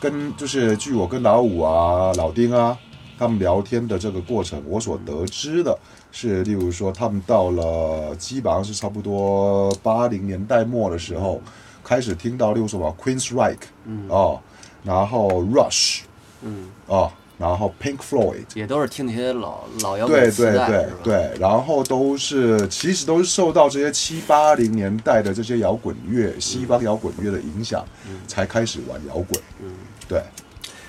跟就是据我跟老五啊、老丁啊他们聊天的这个过程，我所得知的是，例如说他们到了基本上是差不多八零年代末的时候，开始听到例如什么 Queen's Reich，嗯，哦，然后 Rush，
嗯，
哦，然后 Pink Floyd。
也都是听那些老老摇
对
滚
对
磁带，
对
是吧
对，然后都是其实都是受到这些七八零年代的这些摇滚乐、西方摇滚乐的影响，才开始玩摇滚。
嗯，
对，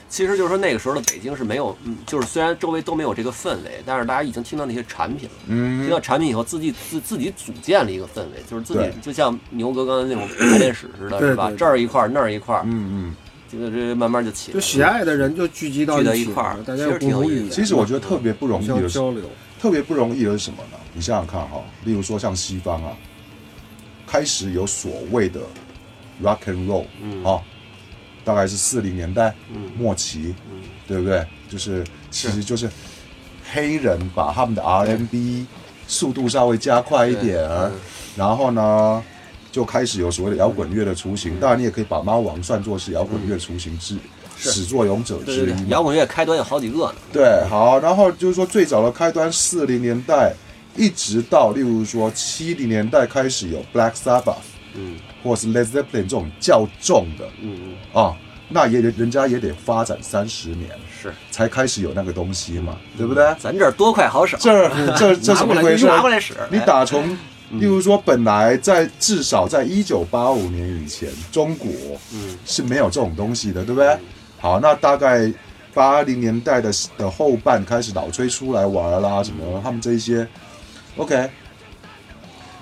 其实就是说那个时候的北京是没有，嗯，就是虽然周围都没有这个氛围，但是大家已经听到那些产品了，听
嗯
到产品以后，自己自自己组建了一个氛围，就是自
对
己就像牛哥刚才那种排练室似的，
对
是吧？
对
这儿一块儿，那儿一块儿，
嗯嗯。
这个这慢慢就起来
就
了。
喜爱的人就聚集到
聚到一
起
块儿
了，大
其
家
实
有
挺
共
有
同
意
语
思
言，
其实我觉得特别不容易
互
的
相
是，
交流。
特别不容易的是什么呢？你想想看哈、例如说像西方啊，开始有所谓的 rock and roll，
嗯
啊，大概是四零年代
嗯
末期，
嗯
对不对？就是其实就是黑人把他们的 R&B 速度稍微加快一点，
嗯
然后呢。就开始有所谓的摇滚乐的雏
嗯
形，当然你也可以把猫王算作是摇滚乐雏形之、始作俑者
对
之一
对
嘛。
嗯对，摇滚乐开端有好几个呢。
对，好，然后就是说最早的开端四零年代，一直到例如说七零年代开始有 Black Sabbath
嗯
或是 Led Zeppelin 这种较重的
嗯嗯，
啊，那也得人家也得发展三十年
是，
才开始有那个东西嘛，对不对？
咱这儿多快好 <laughs> 少，
这这这
拿
怎
过
么
来
回
你
事？
拿过来使，
你
哎
打从，例如说，本来在至少在一九八五年以前，中国
嗯
是没有这种东西的，对不对？好，那大概八零年代的的后半开始老吹出来玩啦，什么他们这一些，OK，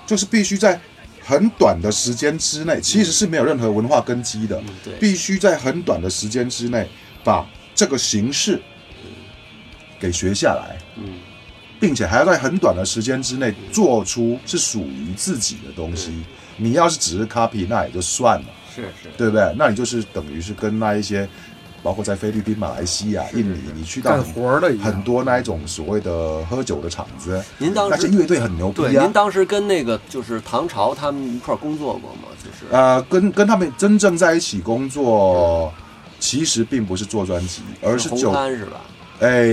就是必须在很短的时间之内，其实是没有任何文化根基的，
嗯对，
必须在很短的时间之内把这个形式给学下来。
嗯
并且还要在很短的时间之内做出是属于自己的东西。你要是只是 copy，那也就算了，
是是，
对不对？那你就是等于是跟那一些，包括在菲律宾、马来西亚、印尼，你去到
干活儿的一样
很多那一种所谓的喝酒的场子，
您当
那
时
些乐队很牛
对，
逼啊
您。当时跟那个就是唐朝他们一块儿工作过吗？就是
呃，跟跟他们真正在一起工作，其实并不是做专辑，而是
红
九
勘是吧？
哎，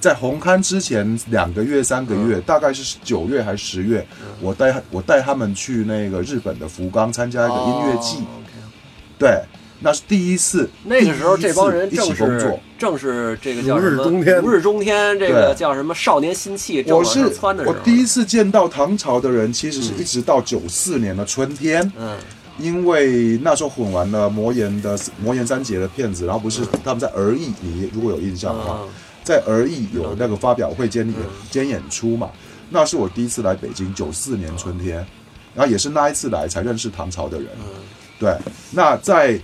在红勘之前两个月、三个
嗯
月，大概是九月还是十月，我带我带他们去那个日本的福冈参加一个音乐季，
哦，OK，OK
对，那是第一次。
那个时候，这帮人
第一次
正
一起工
是
作，
正是这个叫什么
如日中天
如日中天，这个
对
叫什么少年心气正
我
往
是
上窜的时
我
候。
第一次见到唐朝的人，其实是一直到九四年的春天，
嗯
因为那时候混完了魔岩的魔岩三杰的片子，然后不是他们在儿艺，你如果有印象的话
嗯，
在儿艺有那个发表会兼演兼演出嘛，那是我第一次来北京，九四年春天，然后也是那一次来才认识唐朝的人，对，那在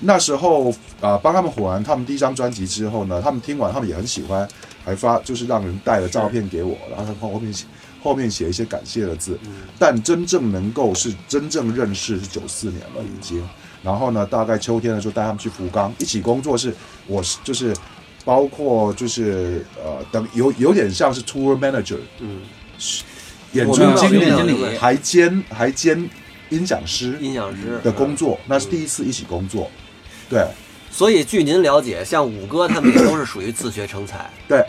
那时候啊、呃帮他们混完他们第一张专辑之后呢，他们听完他们也很喜欢，还发就是让人带了照片给我，然后他后面写后面写一些感谢的
嗯
字，但真正能够是真正认识是九四年了已经，然后呢，大概秋天的时候带他们去福冈一起工作是，我是就是包括就是呃等有有点像是 tour manager，
嗯，
演
我
出
明白
经
我明白我明
理
白
还兼还兼音响师
音响师
的工。作，那是第一次一起工作，对
嗯所以据您了解，像五哥他们也都是属于自学成才。
<clears throat> 对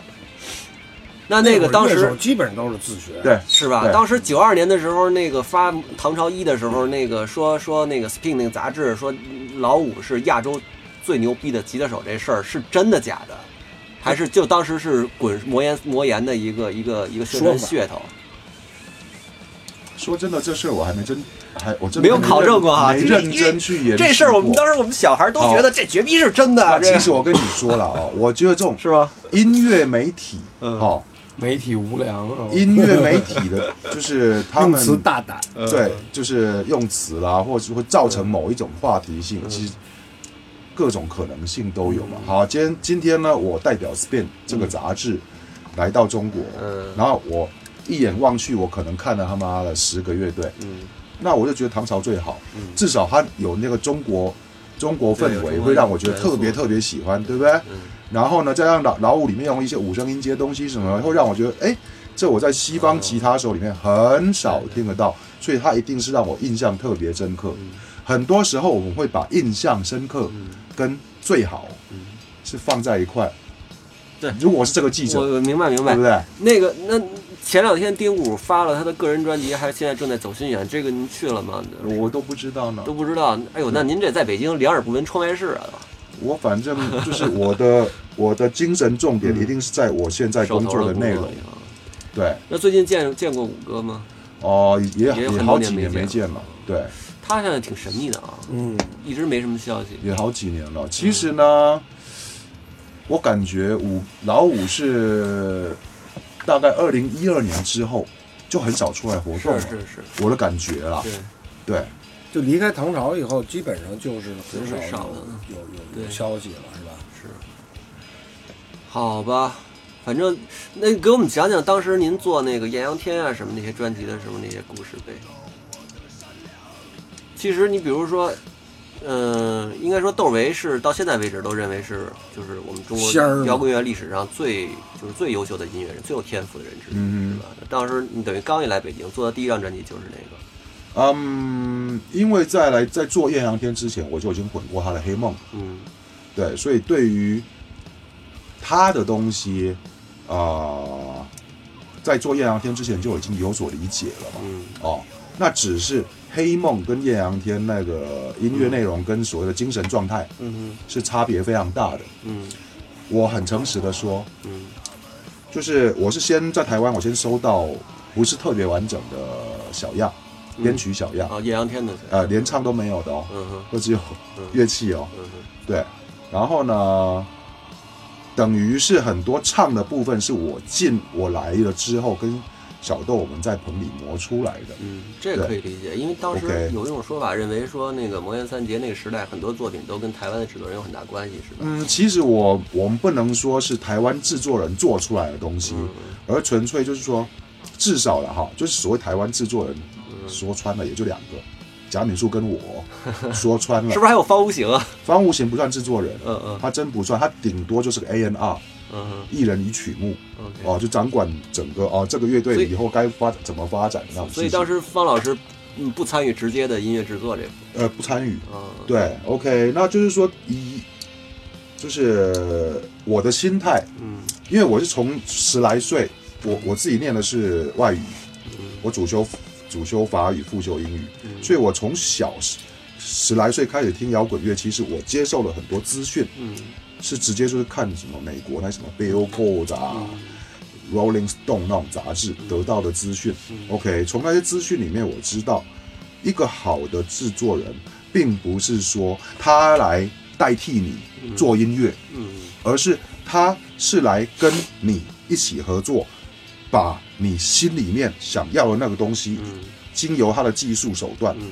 那那个当
那会儿乐
时
手基本上都是自学，
对，
是吧？
对
当时九二年的时候，那个发《唐朝一》的时候，那个说说那个 Spin 那个杂志说老五是亚洲最牛逼的吉他手这事儿是真的假的？还是就当时是滚魔岩魔岩的一个一个一个宣传
说法
噱头？
说真的，这事儿我还没真还我真的
没有
认
考证过哈
没
就是
认真去研究
这事儿我们
过
当时我们小孩都觉得这绝逼是真的，啊
那
这
哦啊其
个
实我跟你说了
<laughs>
啊，我觉得这种
是吧？
音乐媒体，
嗯
哦，
媒体无良，哦
音乐媒
<laughs>
体的，就是他
啊用
们呃
词大胆，
嗯
对，就是用词啦，或者是会造成某一种话题性，
嗯
其实各种可能性都有嘛。好，今天今天呢，我代表 Spin 这个杂志来到中国，
嗯
然后我一眼望去，我可能看了他妈的十个乐队，
嗯
那我就觉得唐朝最好，至少它有那个中国中国嗯氛围，会让我觉得特别特别喜欢，对不对？然后呢，再让老老五里面用一些五声音阶的东西什么，会让我觉得，哎，这我在西方吉他手里面很少听得到，所以它一定是让我印象特别深刻。很多时候我们会把印象深刻跟最好是放在一块。
对
如果我是这个记
我
者，
我明白明
对
白
不。对？
那个那前两天丁武发了他的个人专辑，还现在正在走心眼，这个您去了吗？
我都不知道呢
都。不知道。哎呦，
嗯
那您这在北京两耳不闻窗外事啊！
我反正就是我的 <laughs> 我的精神重点一定是在我现在
手
工
头
作
的
嗯的内容
工作。里啊
对，
那最近见见过五哥吗？
哦，也
也有
也
很
好
多
几
年
年
没
没
见
见了，对，
他现在挺神秘的啊，
嗯，
一直没什么消息。
也好几年了。其实呢，我感觉五老五是大概二零一二年之后就很少出来活动了，
是是是，
我的感觉啦。
对
对，
就离开唐朝以后，基本上就是很少
很少了
有有有
对
有消息了，是吧？
好吧，反正那给我们讲讲当时您做那个《艳阳天》啊什么那些专辑的时候那些故事呗。其实你比如说，嗯、应该说窦唯是到现在为止都认为是就是我们中
仙儿
国
嘛
摇滚乐历史上最就是最优秀的音乐人、最有天赋的人之一，
嗯
是吧？当时你等于刚一来北京做的第一张专辑就是那个，
嗯，因为在来在做艳阳天之前，我就已经滚过他的黑梦，
嗯
对，所以对于他的东西，啊，在做艳阳天之前就已经有所理解了嘛。
嗯
哦，那只是黑梦跟艳阳天那个音乐内容跟所谓的精神状态
嗯
是差别非常大的。
嗯
我很诚实的说，
嗯
就是我是先在台湾，我先收到不是特别完整的小样，编曲小样
嗯，，啊，艳阳天的，
呃，连唱都没有的哦，
嗯哼
都只有
嗯
乐器哦。
嗯哼
对，然后呢，等于是很多唱的部分是我进我来了之后跟小豆我们在棚里磨出来的。
嗯，这个可以理解，因为当时
OK
有一种说法认为说，那个魔岩三杰那个时代，很多作品都跟台湾的制作人有很大关系，是吧？
嗯，其实我我们不能说是台湾制作人做出来的东西，
嗯
而纯粹就是说，至少了哈，就是所谓台湾制作人说穿了也就两个，贾敏树跟
<laughs>
我说穿
是
了
不，是还有方无形啊？
方无形不算制作人，
嗯嗯
他真不算，他顶多就是个 A N R，
嗯
一人一曲目，
哼，OK。
哦，就掌管整个哦这个
嗯
乐
所
队
以
以后该发怎么发展那种
所
事
以
情
当时方老师嗯不参与直接的音乐制作这部
呃不参与，
分，嗯，
对，OK，那就是说一就是我的心态，
嗯
因为我是从十来岁，我我自己念的是外语，
嗯
我主修主修法语，副修英语，所以我从小十十来岁开始听摇滚乐，其实我接受了很多资讯，
嗯
是直接就是看什么美国那什么 Billboard 啊、Rolling Stone 那种杂志得到的资讯。OK，从那
嗯
些资讯里面我知道，一个好的制作人，并不是说他来代替你做音乐，
嗯
而是他是来跟你一起合作，把你心里面想要的那个东西，
嗯
经由他的技术手段，
嗯，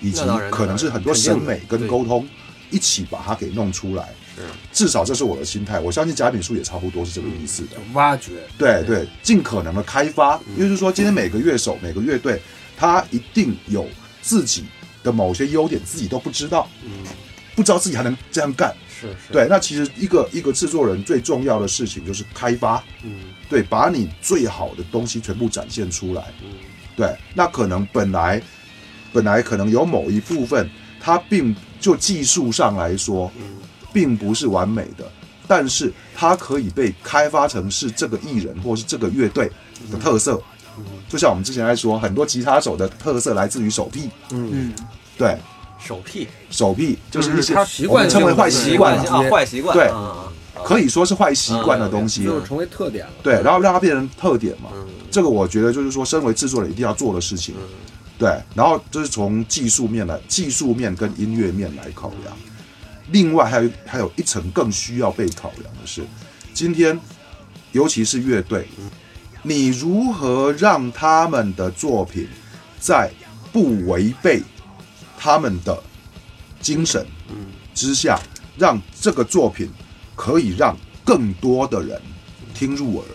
以及
那当然
可能是很多审
肯
美
定
跟
的
沟通，一起把它给弄出来。
是
至少这是我的心态，我相信贾炳书也差不多是这个意思的。
挖掘
对对，尽可能的开发，也就是说，今天每个乐手、每个乐队，他一定有自己的某些优点，自己都不知道，不知道自己还能这样干。
是是，
对，那其实一个一个制作人最重要的事情就是开发，
嗯
对，把你最好的东西全部展现出来。
嗯
对，那可能本来本来可能有某一部分，它并就技术上来说，并不是完美的，但是它可以被开发成是这个艺人或是这个乐队的特色。就像我们之前在说，很多吉他手的特色来自于手癖，
嗯，
对，
手癖
手癖就是一
嗯
些
就是他
习惯性的
我们称为坏习惯
性啊，
对
坏习惯，
对
啊
可以说是坏习惯的东西。
就是成为特点了。
对，然后让它变成特点嘛。
嗯
这个我觉得就是说，身为制作人一定要做的事情。对，然后这是从技术面来，技术面跟音乐面来考量。另外还有还有一层更需要被考量的是，今天尤其是乐队，你如何让他们的作品在不违背他们的精神之下，让这个作品可以让更多的人听入耳。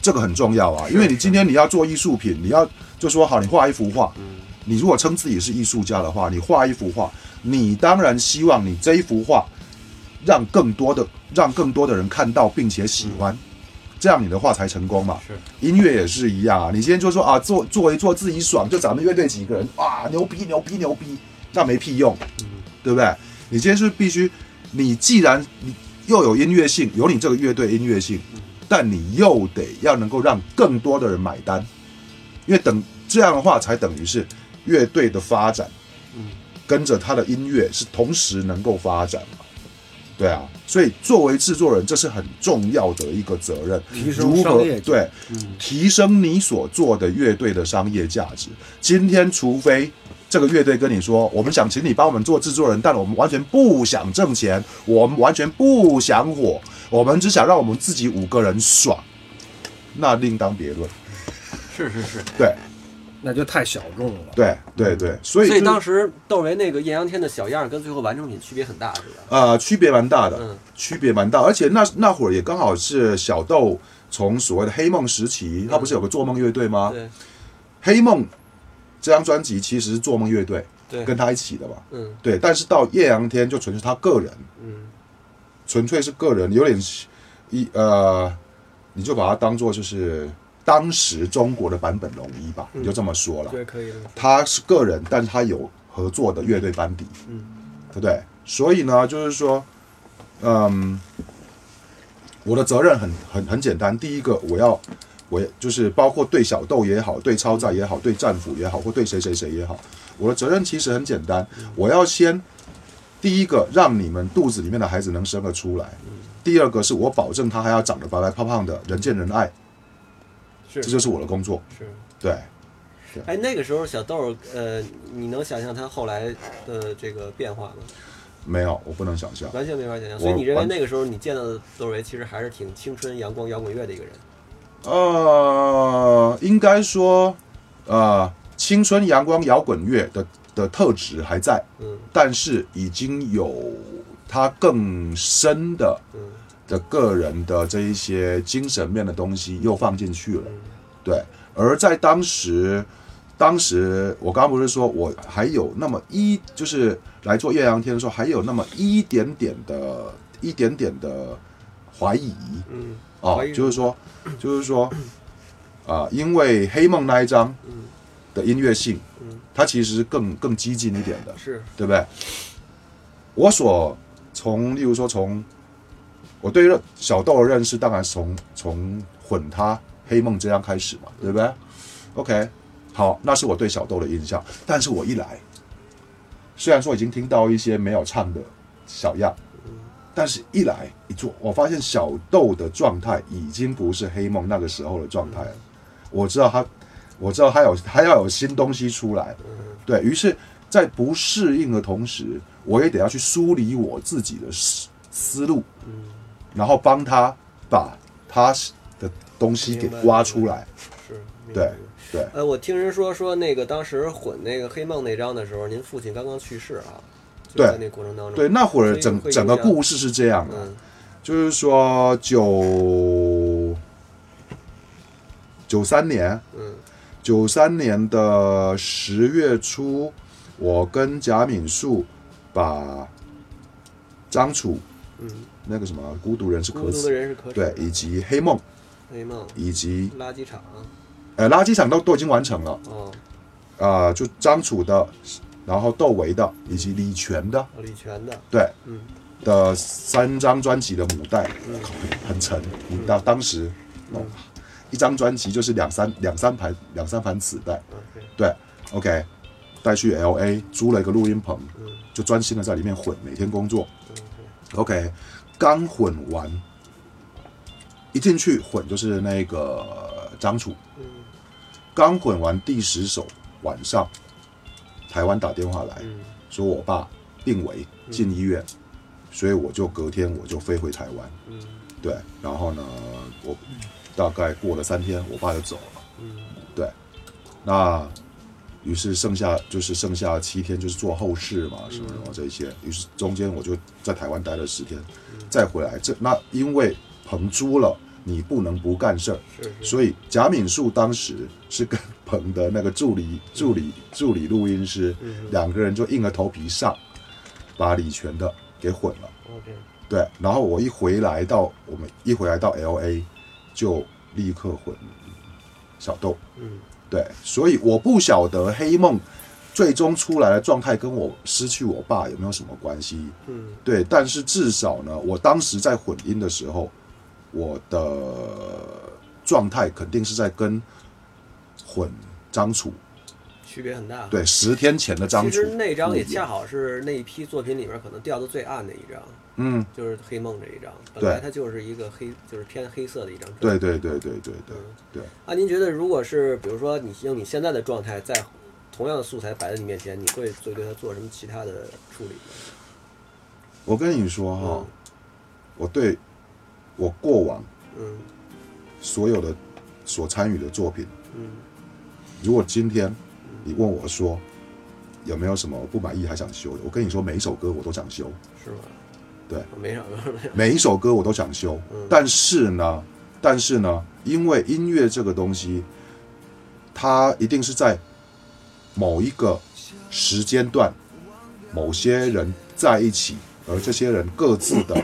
这个很重要啊，因为你今天你要做艺术品，你要就说好，你画一幅画，你如果称自己是艺术家的话，你画一幅画，你当然希望你这一幅画让更多的让更多的人看到并且喜欢，这样你的画才成功嘛。
是
音乐也是一样啊，你今天就说啊，做做一做自己爽，就咱们乐队几个人哇，牛逼牛逼牛逼，那没屁用，对不对？你今天是必须，你既然你又有音乐性，有你这个乐队音乐性，但你又得要能够让更多的人买单，因为等这样的话，才等于是乐队的发展，跟着他的音乐是同时能够发展嘛。对啊，所以作为制作人，这是很重要的一个责任，
提升
如何
商业价值
对提升你所做的乐队的商业价值。今天，除非这个乐队跟你说，我们想请你帮我们做制作人，但我们完全不想挣钱，我们完全不想火，我们只想让我们自己五个人爽，那另当别论。
是是是，
对
那就太小众了。
对对对，所
嗯所
以就
以当时窦唯那个艳阳天的小样儿跟最后完成品区别很大，是吧？
呃，区别蛮大的，
嗯
区别蛮大，而且那那会儿也刚好是小豆从所谓的黑梦时期，他不是有个做梦乐队吗？
对
黑梦这张专辑其实是做梦乐队
对，
跟他一起的嘛，
嗯
对，但是到艳阳天就纯粹是他个人，
嗯，
纯粹是个人，有点一呃，你就把它当做就是当时中国的版本龙一吧，你就这么说了，
对，可以的。
他是个人，但他有合作的乐队班底，
嗯，
对不对？所以呢，就是说，嗯，我的责任很很很简单，第一个我要。我就是包括对小豆也好，对超载也好，对战斧也好，或对谁谁谁也好，我的责任其实很简单，
嗯
我要先第一个让你们肚子里面的孩子能生得出来，第二个是我保证他还要长得白白胖胖的，人见人爱，
是
这就是我的工作。
是。
对，
哎，那个时候小豆儿，呃，你能想象他后来的这个变化吗？
没有，我不能想象。
完全没法想象。
我
所以你认为
完
那个时候你见到的窦唯其实还是挺青春、阳光、摇滚乐的一个人。
呃，应该说，呃，青春、阳光、摇滚乐的的特质还在，
嗯
但是已经有他更深的
嗯
的个人的这一些精神面的东西又放进去了。
嗯
对，而在当时，当时我刚刚不是说我还有那么一，就是来做艳阳天的时候，还有那么一点点的、一点点的怀疑
嗯
啊
怀疑，
就是说，就是说，啊、因为黑梦那一张
嗯
的音乐性
嗯，
它其实更更激进一点的，
啊是
对不对？我所从，例如说从我对认小豆的认识，当然是从从混他黑梦这样开始嘛，对不对？OK，好，那是我对小豆的印象。但是我一来，虽然说已经听到一些没有唱的小样，但是一来一做，我发现小豆的状态已经不是黑梦那个时候的状态了。我知道他，我知道他有他要有新东西出来，
嗯
对于是，在不适应的同时，我也得要去梳理我自己的思思路，
嗯
然后帮他把他的东西给挖出来。
是。明
对
白
对，
呃，我听人说说那个当时混那个黑梦那张的时候，您父亲刚刚去世啊，就
对
在那过程当中，
对，那会
所
儿
以
整
会影
整个
响
故事是这样的，
嗯
就是说九九三年，
嗯
九三年的十月初，我跟贾敏树把张楚
嗯，
那个什么孤独人是
孤
可
独的
耻，
人是可耻
对
的，，
以及黑梦。
黑梦
以及
垃圾场，
呃垃圾场都都已经完成了，
哦，
啊，就张楚的，然后窦唯的以及李泉的，
李泉的，
对
嗯
的三张专辑的母带，靠很沉，
嗯
你到当时，哦一张专辑就是两三两三盘两三盘磁带，
，OK，
对，OK，带去 L A 租了一个录音棚，
嗯
就专心的在里面混，每天工作
OK，
，OK，刚混完，一进去混就是那个张楚，
嗯
刚混完第十首，晚上台湾打电话来
嗯
说我爸病危进医院，所以我就隔天我就飞回台湾。
嗯
对，然后呢，我大概过了三天，我爸就走了。
嗯
对，那于是剩下就是剩下七天就是做后事嘛，什么什么这些。于是中间我就在台湾待了十天，再回来。这那因为彭猪了，你不能不干事儿。
是是，
所以贾敏树当时是跟彭的那个助理、助理、助理录音师
嗯
两个人就硬着头皮上，把李泉的给混了。
，OK，
对，然后我一回来到我们一回来到 L A，就立刻混小豆。
嗯
对，所以我不晓得黑梦最终出来的状态跟我失去我爸有没有什么关系。
嗯
对，但是至少呢，我当时在混音的时候，我的状态肯定是在跟混张楚，
区别很大，。啊
对，十天前的张
其
楚
实，那张也
不一样
恰好是那一批作品里面可能掉的最暗的一张，
嗯，
就是《黑梦》这一张。本
对
来它就是一个黑，就是偏黑色的一张专辑。
对对对对对对
嗯
对，
啊，您觉得如果是比如说你用你现在的状态再同样的素材摆在你面前，你会做对它做什么其他的处理吗？
我跟你说哈、
嗯
我对我过往
嗯
所有的所参与的作品，
嗯
如果今天你问我说有没有什么我不满意还想修的，我跟你说每一首歌我都想修，
是吗？
对，
我没啥歌没有。
<laughs> 每一首歌我都想修，但是呢，但是呢，因为音乐这个东西，它一定是在某一个时间段，某些人在一起，而这些人各自的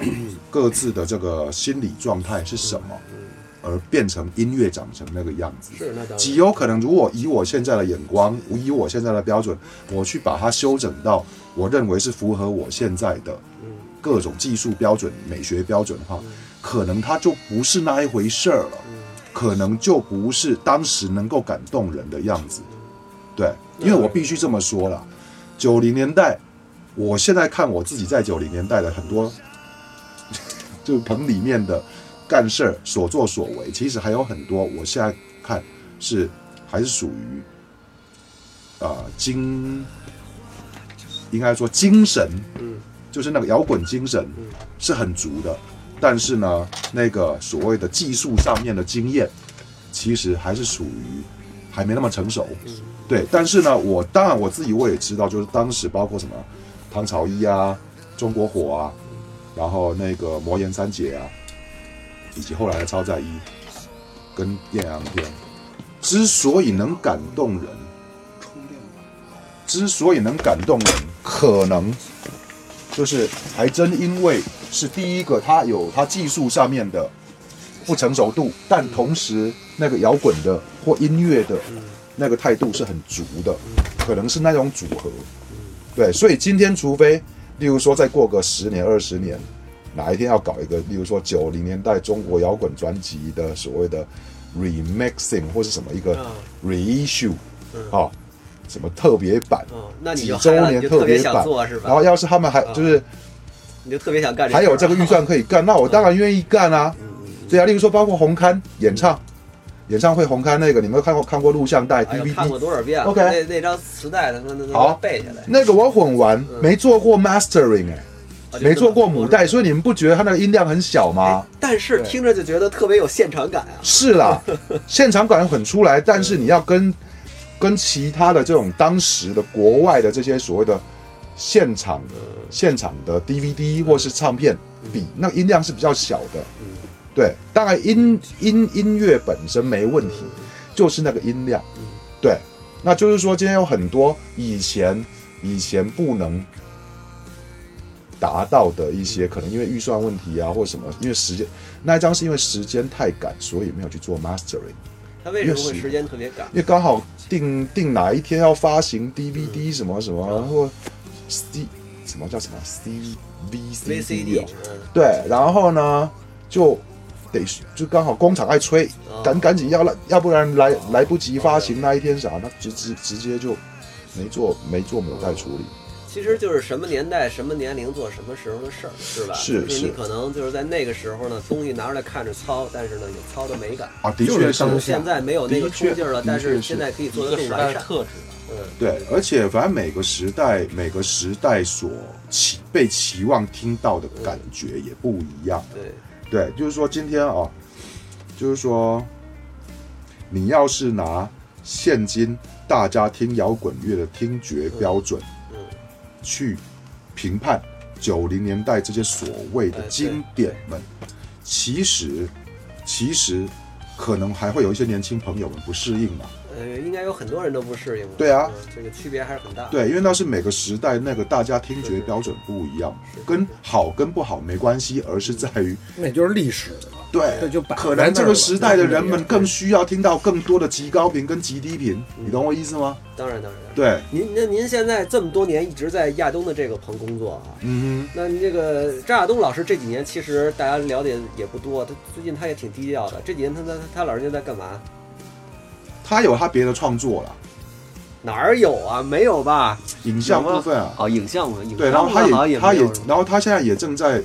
各自的这个心理状态是什么，而变成音乐长成那个样子。
<laughs> 是那当然。
极有可能，如果以我现在的眼光，以我现在的标准，我去把它修整到我认为是符合我现在的各种技术标准、美学标准的话，可能它就不是那一回事儿了，可能就不是当时能够感动人的样子。对，因为我必须这么说了，九零年代，我现在看我自己在九零年代的很多， <laughs> 就是棚里面的干事儿所作所为，其实还有很多，我现在看是还是属于啊、精，应该说精神，
嗯，
就是那个摇滚精神是很足的，但是呢，那个所谓的技术上面的经验，其实还是属于还没那么成熟。对，但是呢，我当然我自己我也知道，就是当时包括什么唐朝一啊、中国火啊，然后那个魔岩三杰啊，以及后来的超载一跟艳阳天，之所以能感动人，之所以能感动人，可能就是还真因为是第一个，它有它技术上面的不成熟度，但同时那个摇滚的或音乐的那个态度是很足的，可能是那种组合。对，所以今天除非，例如说再过个十年二十年，哪一天要搞一个，例如说九零年代中国摇滚专辑的所谓的 remixing 或是什么一个
啊
reissue，哦，什么特别版，
嗯，那你
几
就
周
嗨了，你
年
就
特
特别
别
想
版
做是，吧？
然后要是他们还就是。
你就特别想干这事儿。
还有这个预算可以
嗯
干，那我当然愿意干啊。对啊，例如说包括红勘演唱，演唱会红勘那个，你们有看过看过录像带
<laughs> 哎呦，看过
DVD？
多少遍了
OK
那那张磁带他妈的
好
背下来，
那个我混完没做过 mastering 哎、
嗯啊
没做过母。带，
就这么
所以你们不觉得它那个音量很小吗
哎？但是听着就觉得特别有现场感啊。
是啦， <laughs> 现场感很出来，但是你要跟跟其他的这种当时的国外的这些所谓的现场现场的 DVD 或是唱片比，那个音量是比较小的。对，当然音音音乐本身没问题，就是那个音量。对，那就是说今天有很多以前以前不能达到的一些，可能因为预算问题啊，或什么，因为时间那一张是因为时间太赶，所以没有去做 mastering，
他为什么
越
会
是
时间特别赶
因？为刚好定定哪一天要发
嗯
行 DVD 什么什么，或 C 什么叫什么 CVCD 哦
VCD，，嗯
对，然后呢就得就刚好工厂爱催，
哦
赶赶紧要来，要不然
哦
来来不及发行那一天啥，那直直直接就没做没做母带处理。
其实就是什么年代、什么年龄做什么时候的事儿，是吧？
是
就是
是
你可能就是在那个时候呢，东西拿出来看着糙，但是呢有糙的美感。
啊，的
就是当
就是
下
现在没有那个冲劲儿了，
的确
但
的确
是
是
现在可以做
一
得
个
更
时代
完
的
善。
特质吧。
嗯，
对，而且反正每个时代每个时代所期被期望听到的感觉也不一样。
对，
对，就是说今天啊，就是说你要是拿现今大家听摇滚乐的听觉标准
嗯，
去评判九零年代这些所谓的
哎对
经典们，其实其实可能还会有一些年轻朋友们不适应嘛。
呃，应该有很多人都不适应吧
对啊
嗯这个区别还是很大。，
对，因为那是每个时代那个大家听觉标准不一样，跟好跟不好没关系，而是在于
那就是历史了。
对，
这就摆
可
在那
能
儿
这个时代的人们
了
更需要听到更多的极高频跟极低频，你懂我意思吗？
嗯
当然当然。当然
对，
您那您现在这么多年一直在亚东的这个棚工作啊，
嗯
那你这个张亚东老师这几年其实大家了解也不多，他最近他也挺低调的。这几年他他他老人家在干嘛？
哼，他有他别的创作啦，
哪儿有啊？没有吧？
影像部分啊，
哦，影像嘛，影像
对，然后
好像
他
也
也他
没
也
有，
然后他现在也正在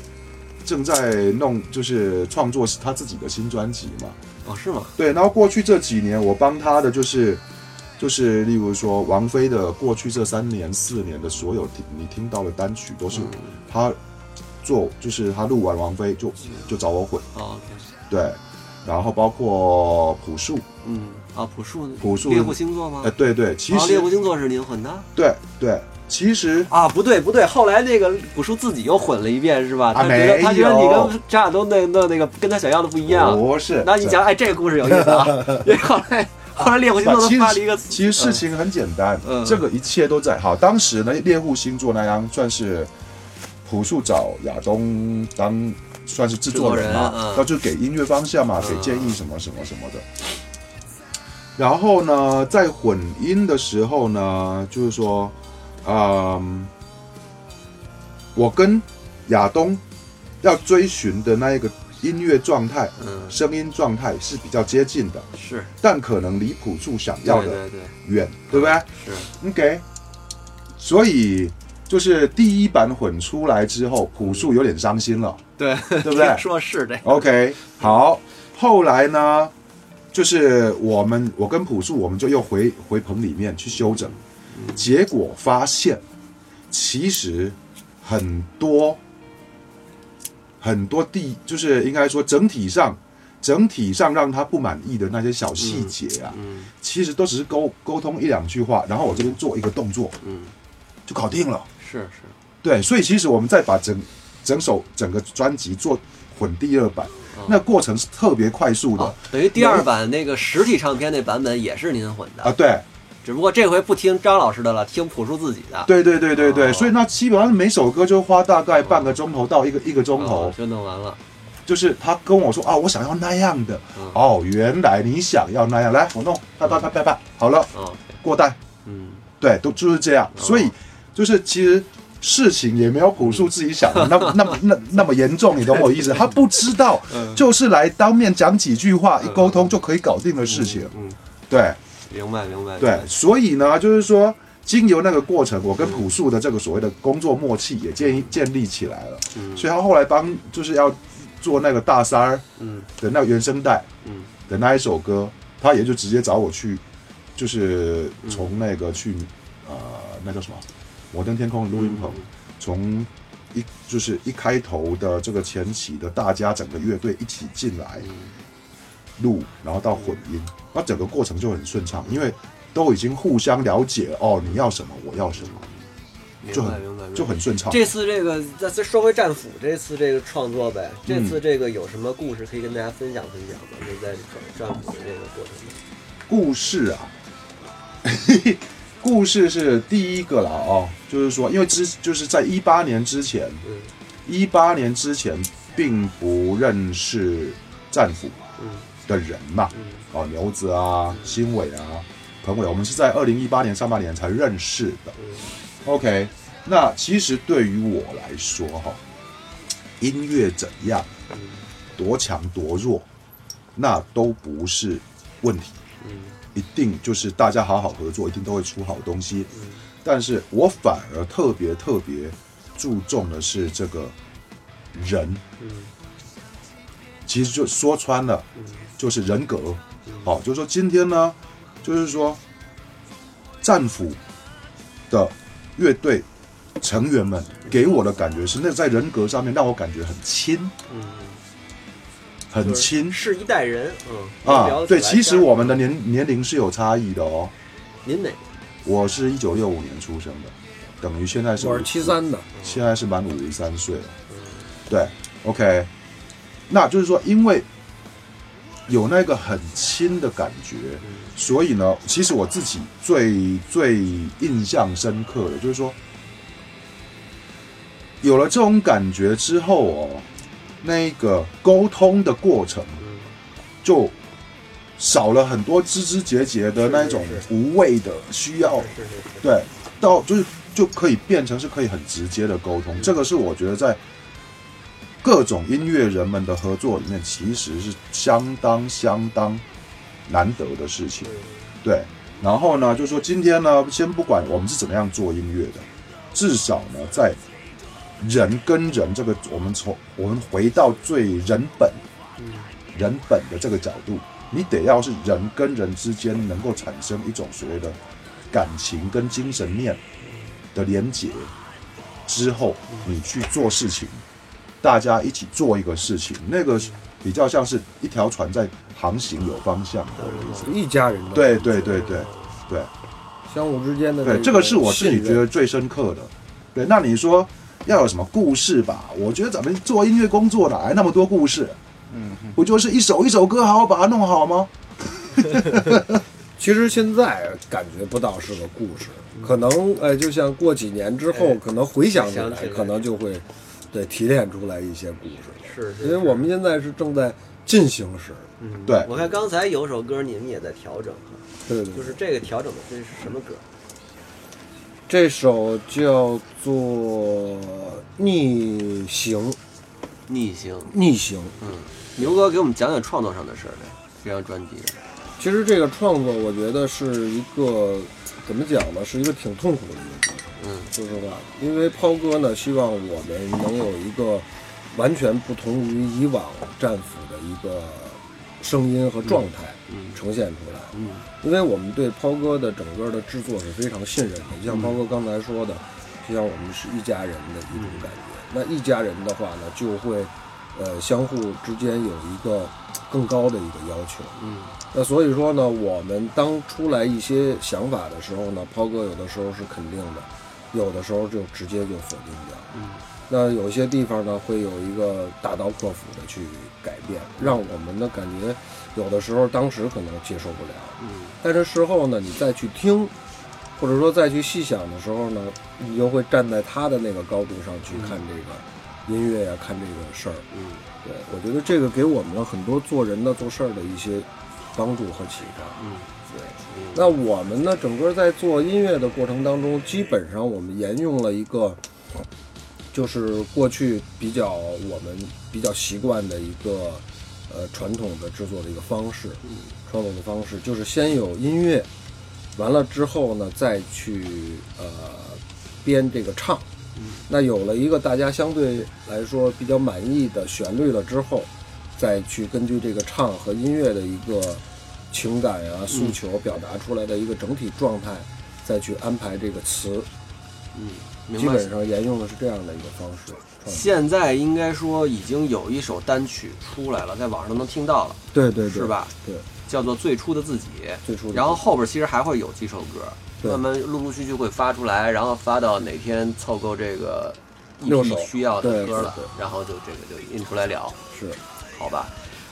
正在弄，就是创作他自己的新专辑嘛。
哦，是吗？
对，然后过去这几年我帮他的就是就是例如说王菲的过去这三年四年的所有听你听到的单曲都
嗯
是她做，就是她录完王菲就就找我混，
哦，
对，然后包括朴树，
嗯，啊，朴树，
朴树
猎户星座吗
呃，？对对，其
啊，猎户
实
星座是您混的
对对，其实
啊？不对不对，后来那个朴树自己又混了一遍是吧？他
啊
觉得他
没
觉得你
有
跟张亚东那那那个跟他想象的不一样。
不是，
那你讲，哎，这个故事有意思啊，因为后来后来猎 <laughs> 户星座
不
都
其
发了一
实
个，
其实事情很简单，
嗯
这个一切都在好。当时呢，猎户星座那张算是朴树找亚东当算是制作人
制作人
嘛
嗯，
那、就给音乐方向嘛，
嗯
给建议什么什么什么的。然后呢，在混音的时候呢，就是说，嗯，我跟亚东要追寻的那一个音乐状态、
嗯，
声音状态是比较接近的，
是
但可能离朴树想
对
要的
对对，
远，对不对
是
？OK，所以就是第一版混出来之后，朴树有点伤心了，
嗯对 <laughs>
对不对
说是这
？OK，好，后来呢，就是我们我跟朴树，我们就又回回棚里面去修整，结果发现其实很多很多地，就是应该说整体上。整体上让他不满意的那些小细节啊，
嗯
其实都只是沟沟通一两句话，然后我这边做一个动作
嗯，
就搞定了。
是是，
对，所以其实我们再把整整首整个专辑做混第二版，
哦
那过程是特别快速的
啊，等于第二版那个实体唱片那版本也是您混的
啊。对，
只不过这回不听张老师的了，听朴树自己的。
对对对对对，
哦
所以那基本上每首歌就花大概半个钟头到一个一个钟头
哦，就弄完了。
就是他跟我说啊，我想要那样的
嗯，
哦，原来你想要那样，来我弄，啪啪啪啪啪，好了，
哦，
过带，
嗯，
对，都就是这
哦
样，所以就是其实。事情也没有朴树自己想的那那么那那么严重，你懂我意思？他不
<laughs>
知道，
嗯
就是来当面讲几句话，一沟通就可以搞定的事情。
嗯，
对
明白明白。
对，所以呢，就是说，经由那个过程，我跟朴树的这个所谓的工作默契也建立建立起来了。所以他后来帮就是要做那个大三儿
嗯
的那个原声带
嗯
的那一首歌，他也就直接找我去，就是从那个去呃那叫什么摩登天空的录音棚，从一就是一开头的这个前期的大家整个乐队一起进来
嗯
录，然后到混音，那整个过程就很顺畅，因为都已经互相了解了哦，你要什么，我要什么，
明
就
白
很
明白明白。
就很顺畅。
这次这个再再说回战斧这次这个创作呗，这次这个有什么故事可以跟大家分享分享吗？就在战斧的这个过程中，
故事啊， <laughs> 故事是第一个了哦，就是说，因为之就是在一八年之前，
嗯
一八年之前并不认识战斧的人嘛，
嗯
哦，牛子啊、新伟啊、彭伟，我们是在二零一八年上半年才认识的。OK，那其实对于我来说哈、音乐怎样，多强多弱，那都不是问题。一定就是大家好好合作，一定都会出好东西。但是我反而特别特别注重的是这个人，其实就说穿了，就是人格。好，就是说今天呢，就是说战斧的乐队成员们给我的感觉是，那在人格上面让我感觉很亲，嗯很亲
嗯，是一代人，嗯
啊。对，其实我们的
您
年年龄是有差异的哦。
您哪
我是一九六五年出生的，等于现在是
我是七，三的，
现在是满五十三岁了。对，OK，那就是说，因为有那个很亲的感觉，所以呢，其实我自己最最印象深刻的就是说，有了这种感觉之后哦，那个沟通的过程就。少了很多枝枝节节的那种无谓的需要
是是是，
对，到就是就可以变成是可以很直接的沟通，这个是我觉得在各种音乐人们的合作里面，其实是相当相当难得的事情。对，然后呢，就说今天呢，先不管我们是怎么样做音乐的，至少呢，在人跟人这个，嗯我们从我们回到最人本、人本的这个角度，你得要是人跟人之间能够产生一种所谓的感情跟精神面的连结之后，你去做事情，大家一起做一个事情，那个比较像是一条船在航行有方向的意思。
一家人的。，
对对对对对，
相互之间的
对，这
这
个是我自己
信任
觉得最深刻的。对，那你说要有什么故事吧？我觉得咱们做音乐工作哪来那么多故事？嗯，不就是一首一首歌好好把它弄好吗？
其实现在感觉不到是个故事，可能呃，就像过几年之后，
哎
可能回想起
想起
来，
来
可能就会对提炼出来一些故
是
事，
是，
因为我们现在是正在进行时，
嗯
对
我看刚才有首歌你们也在调整哈，
对对
就
对，
是这个调整的这是什么歌？
这首叫做《逆行》，
逆行。嗯
逆行。
牛哥给我们讲讲创作上的事儿呗，这张专辑。
其实这个创作，我觉得是一个怎么讲呢，是一个挺痛苦的一个过程。
嗯，
说实话，因为抛哥呢，希望我们能有一个完全不同于以往战斧的一个声音和状态呈现出来。
嗯，
因为我们对抛哥的整个的制作是非常信任的，就像抛哥刚才说的，就像我们是一家人的一种感觉。
嗯
那一家人的话呢，就会呃相互之间有一个更高的一个要求。
嗯，
那所以说呢，我们当出来一些想法的时候呢，抛哥有的时候是肯定的，有的时候就直接就否定掉。
嗯，
那有些地方呢，会有一个大刀阔斧的去改变，让我们的感觉有的时候当时可能接受不了。
嗯，
但是事后呢，你再去听，或者说再去细想的时候呢，你就会站在他的那个高度上去看这个音乐呀、啊看这个事儿。
嗯，
对，我觉得这个给我们很多做人的、做事儿的一些帮助和启发。
嗯，
对。那我们呢，整个在做音乐的过程当中，基本上我们沿用了一个，就是过去比较我们比较习惯的一个呃传统的制作的一个方式，传统的方式就是先有音乐，完了之后呢，再去呃编这个唱。那有了一个大家相对来说比较满意的旋律了之后，再去根据这个唱和音乐的一个情感啊诉求表达出来的一个整体状态，再去安排这个词，
嗯明
基
白。
本上沿用的是这样的一个方式。创作
现在应该说已经有一首单曲出来了，在网上都能听到了，
对对对，
是？吧？
对，
叫做《最初的自己》。
最初的
然后后边其实还会有几首歌，
对
慢慢陆陆续续会发出来，然后发到哪天凑够这个一
六
批
首
需要的
对
歌了
对对，
然后就这个就印出来聊，
是
好吧？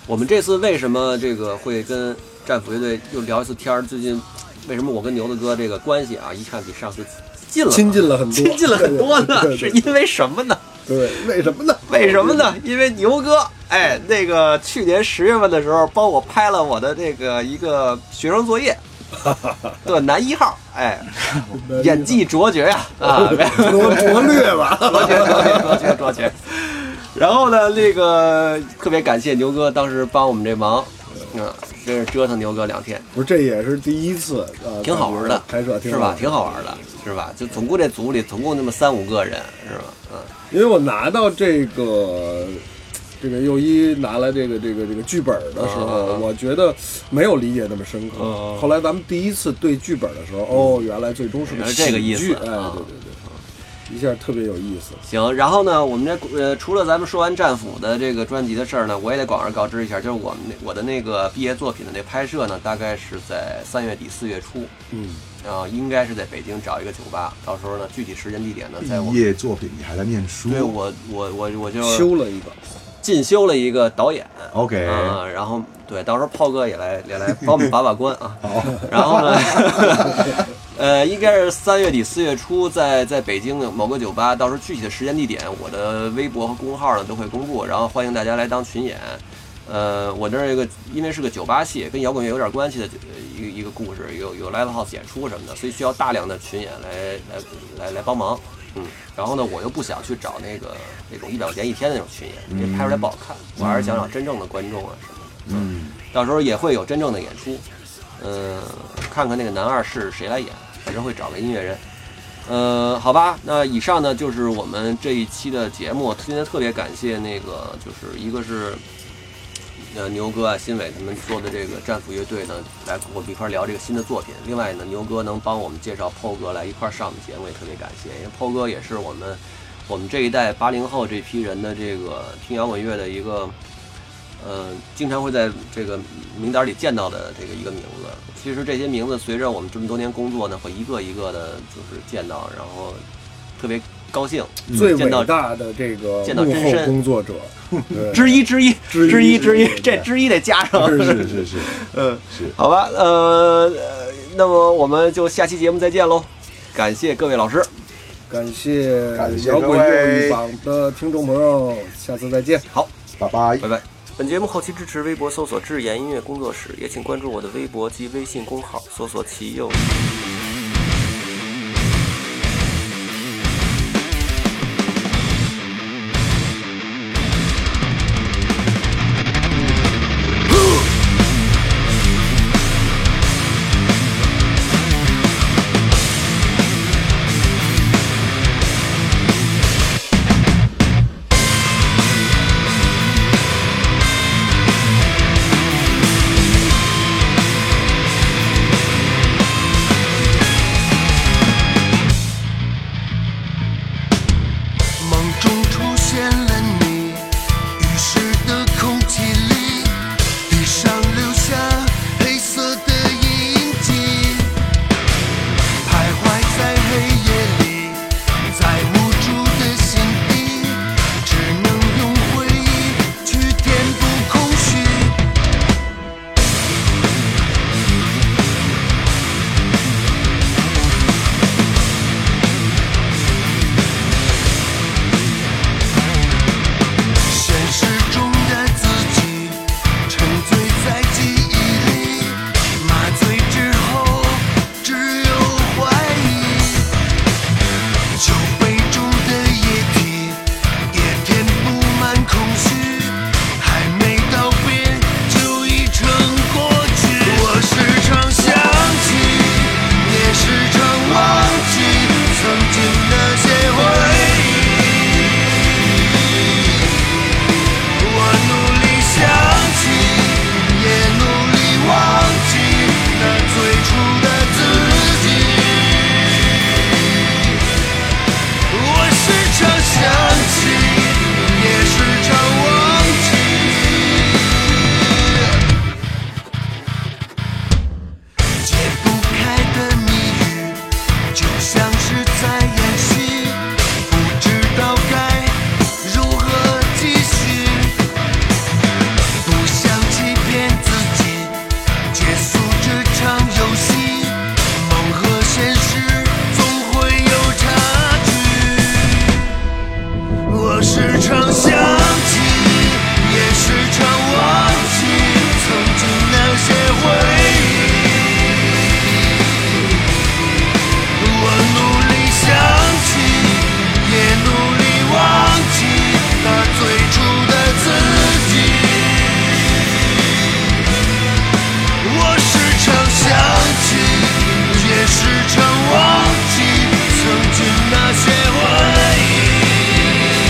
我们这次为什么这个会跟战斧乐队又聊一次天儿？最近为什么我跟牛子哥这个关系啊，一看比上次近了呢，
亲近了很多，
亲近了很多呢？
对
是
对
因为什么呢？
对，为什么呢？
为什么呢？因为牛哥，哎，那个去年十月份的时候，帮我拍了我的这个一个学生作 <laughs> 业，对，男一号，哎，演技卓绝呀、 <laughs> 啊，
多拙劣吧？
卓绝，卓绝，卓绝，卓绝。然后呢，那个特别感谢牛哥当时帮我们这忙，嗯，真是折腾牛哥两天，
不是，这也是第一次，啊，
挺好玩的
拍摄
是吧？挺
好玩的。
好玩的，是吧？就总共这组里总共那么三五个人，是吧？嗯。
因为我拿到这个这个右一拿来这个这个这个剧本的时
啊啊啊
候，我觉得没有理解那么深刻
啊啊。
后来咱们第一次对剧本的时候，哦，原来最终是
嗯原
个
来这个
喜
意
剧
思
哎，对
啊
对对对，一下特别有意思。
行，然后呢，我们这呃，除了咱们说完战斧的这个专辑的事儿呢，我也得广而告知一下，就是我们那我的那个毕业作品的那拍摄呢，大概是在三月底四月初，
嗯，
啊、应该是在北京找一个酒吧，到时候呢，具体时间地点呢，在我
毕业作品你还在念书
对我我我我就
修了一个，
进修了一个导演，
？OK，
啊、然后对，到时候炮哥也来也来帮我们把把关啊。 <laughs> 然后呢，呃，应该是三月底四月初在在北京的某个酒吧，到时候具体的时间地点，我的微博和公众号呢都会公布，然后欢迎大家来当群演。呃，我那儿有一个，因为是个酒吧戏，跟摇滚乐有点关系的呃一个一个故事，有有 live house 演出什么的，所以需要大量的群演来来来来帮忙。嗯，然后呢，我又不想去找那个那种一百块钱一天的那种群演，因为拍出来不好看。我还是想找真正的观众啊什么的。
<laughs> 嗯，
到时候也会有真正的演出，呃，看看那个男二是谁来演，反正会找个音乐人。呃，好吧，那以上呢就是我们这一期的节目。今天特别感谢那个，就是一个是呃牛哥啊、新伟他们做的这个战斧乐队呢，来跟我们一块儿聊这个新的作品。另外呢，牛哥能帮我们介绍 PO 哥来一块儿上我们节目，也特别感谢，因为 PO 哥也是我们我们这一代八零后这批人的这个听摇滚乐的一个呃，经常会在这个名单里见到的这个一个名字。其实这些名字随着我们这么多年工作呢，会一个一个的，就是见到，然后特别高兴，
最
见到
伟大的这个
见到
幕
真
后
身
工作者
<laughs> 之一之一
之一
之一之
之一
一，
对
这之一得加上。
是是是是，
嗯，
是
好吧，呃，呃那么我们就下期节目再见喽，感谢各位老师。
感谢
感谢
摇滚
各
乐
位
一榜的听众朋友，下次再见。
拜拜。
拜拜。本节目后期支持微博搜索“智妍音乐工作室”，也请关注我的微博及微信公号，搜索“齐佑”。
梦中出现了你，雨湿的空气里，地上留下黑色的印记，徘徊在黑夜里，在无助的心底，只能用回忆去填补空虚。现实中的自己沉醉在记忆里，麻醉之后只有怀疑。酒杯中的液体也填不满空虚，还没到边就已成过去。我时常想起，也时常忘记曾经那些回忆。我努力想起，也努力忘记那最初的自己。我时常想起，也时常忘记。解不开的谜语，就像是在演戏，不知道该如何继续。不想欺骗自己，结束这场游戏。梦和现实总会有差距。我时常想起，也时常忘记曾经那些回忆。我努力想起，也努力忘记那最初的自己。我时常想起，也时常忘记曾经那些回忆。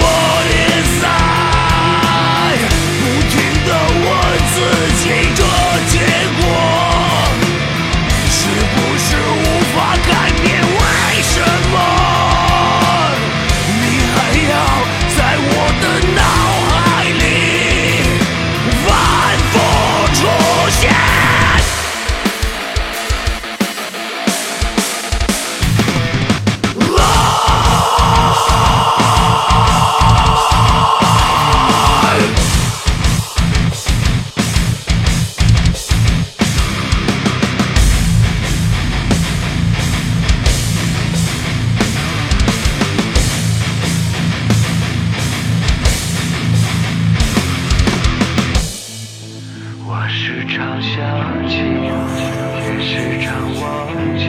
我也在不停地问自己，这结果是不是无法改变？为什么你还要在我的脑海里反复出现？我时常想起，也时时常忘记。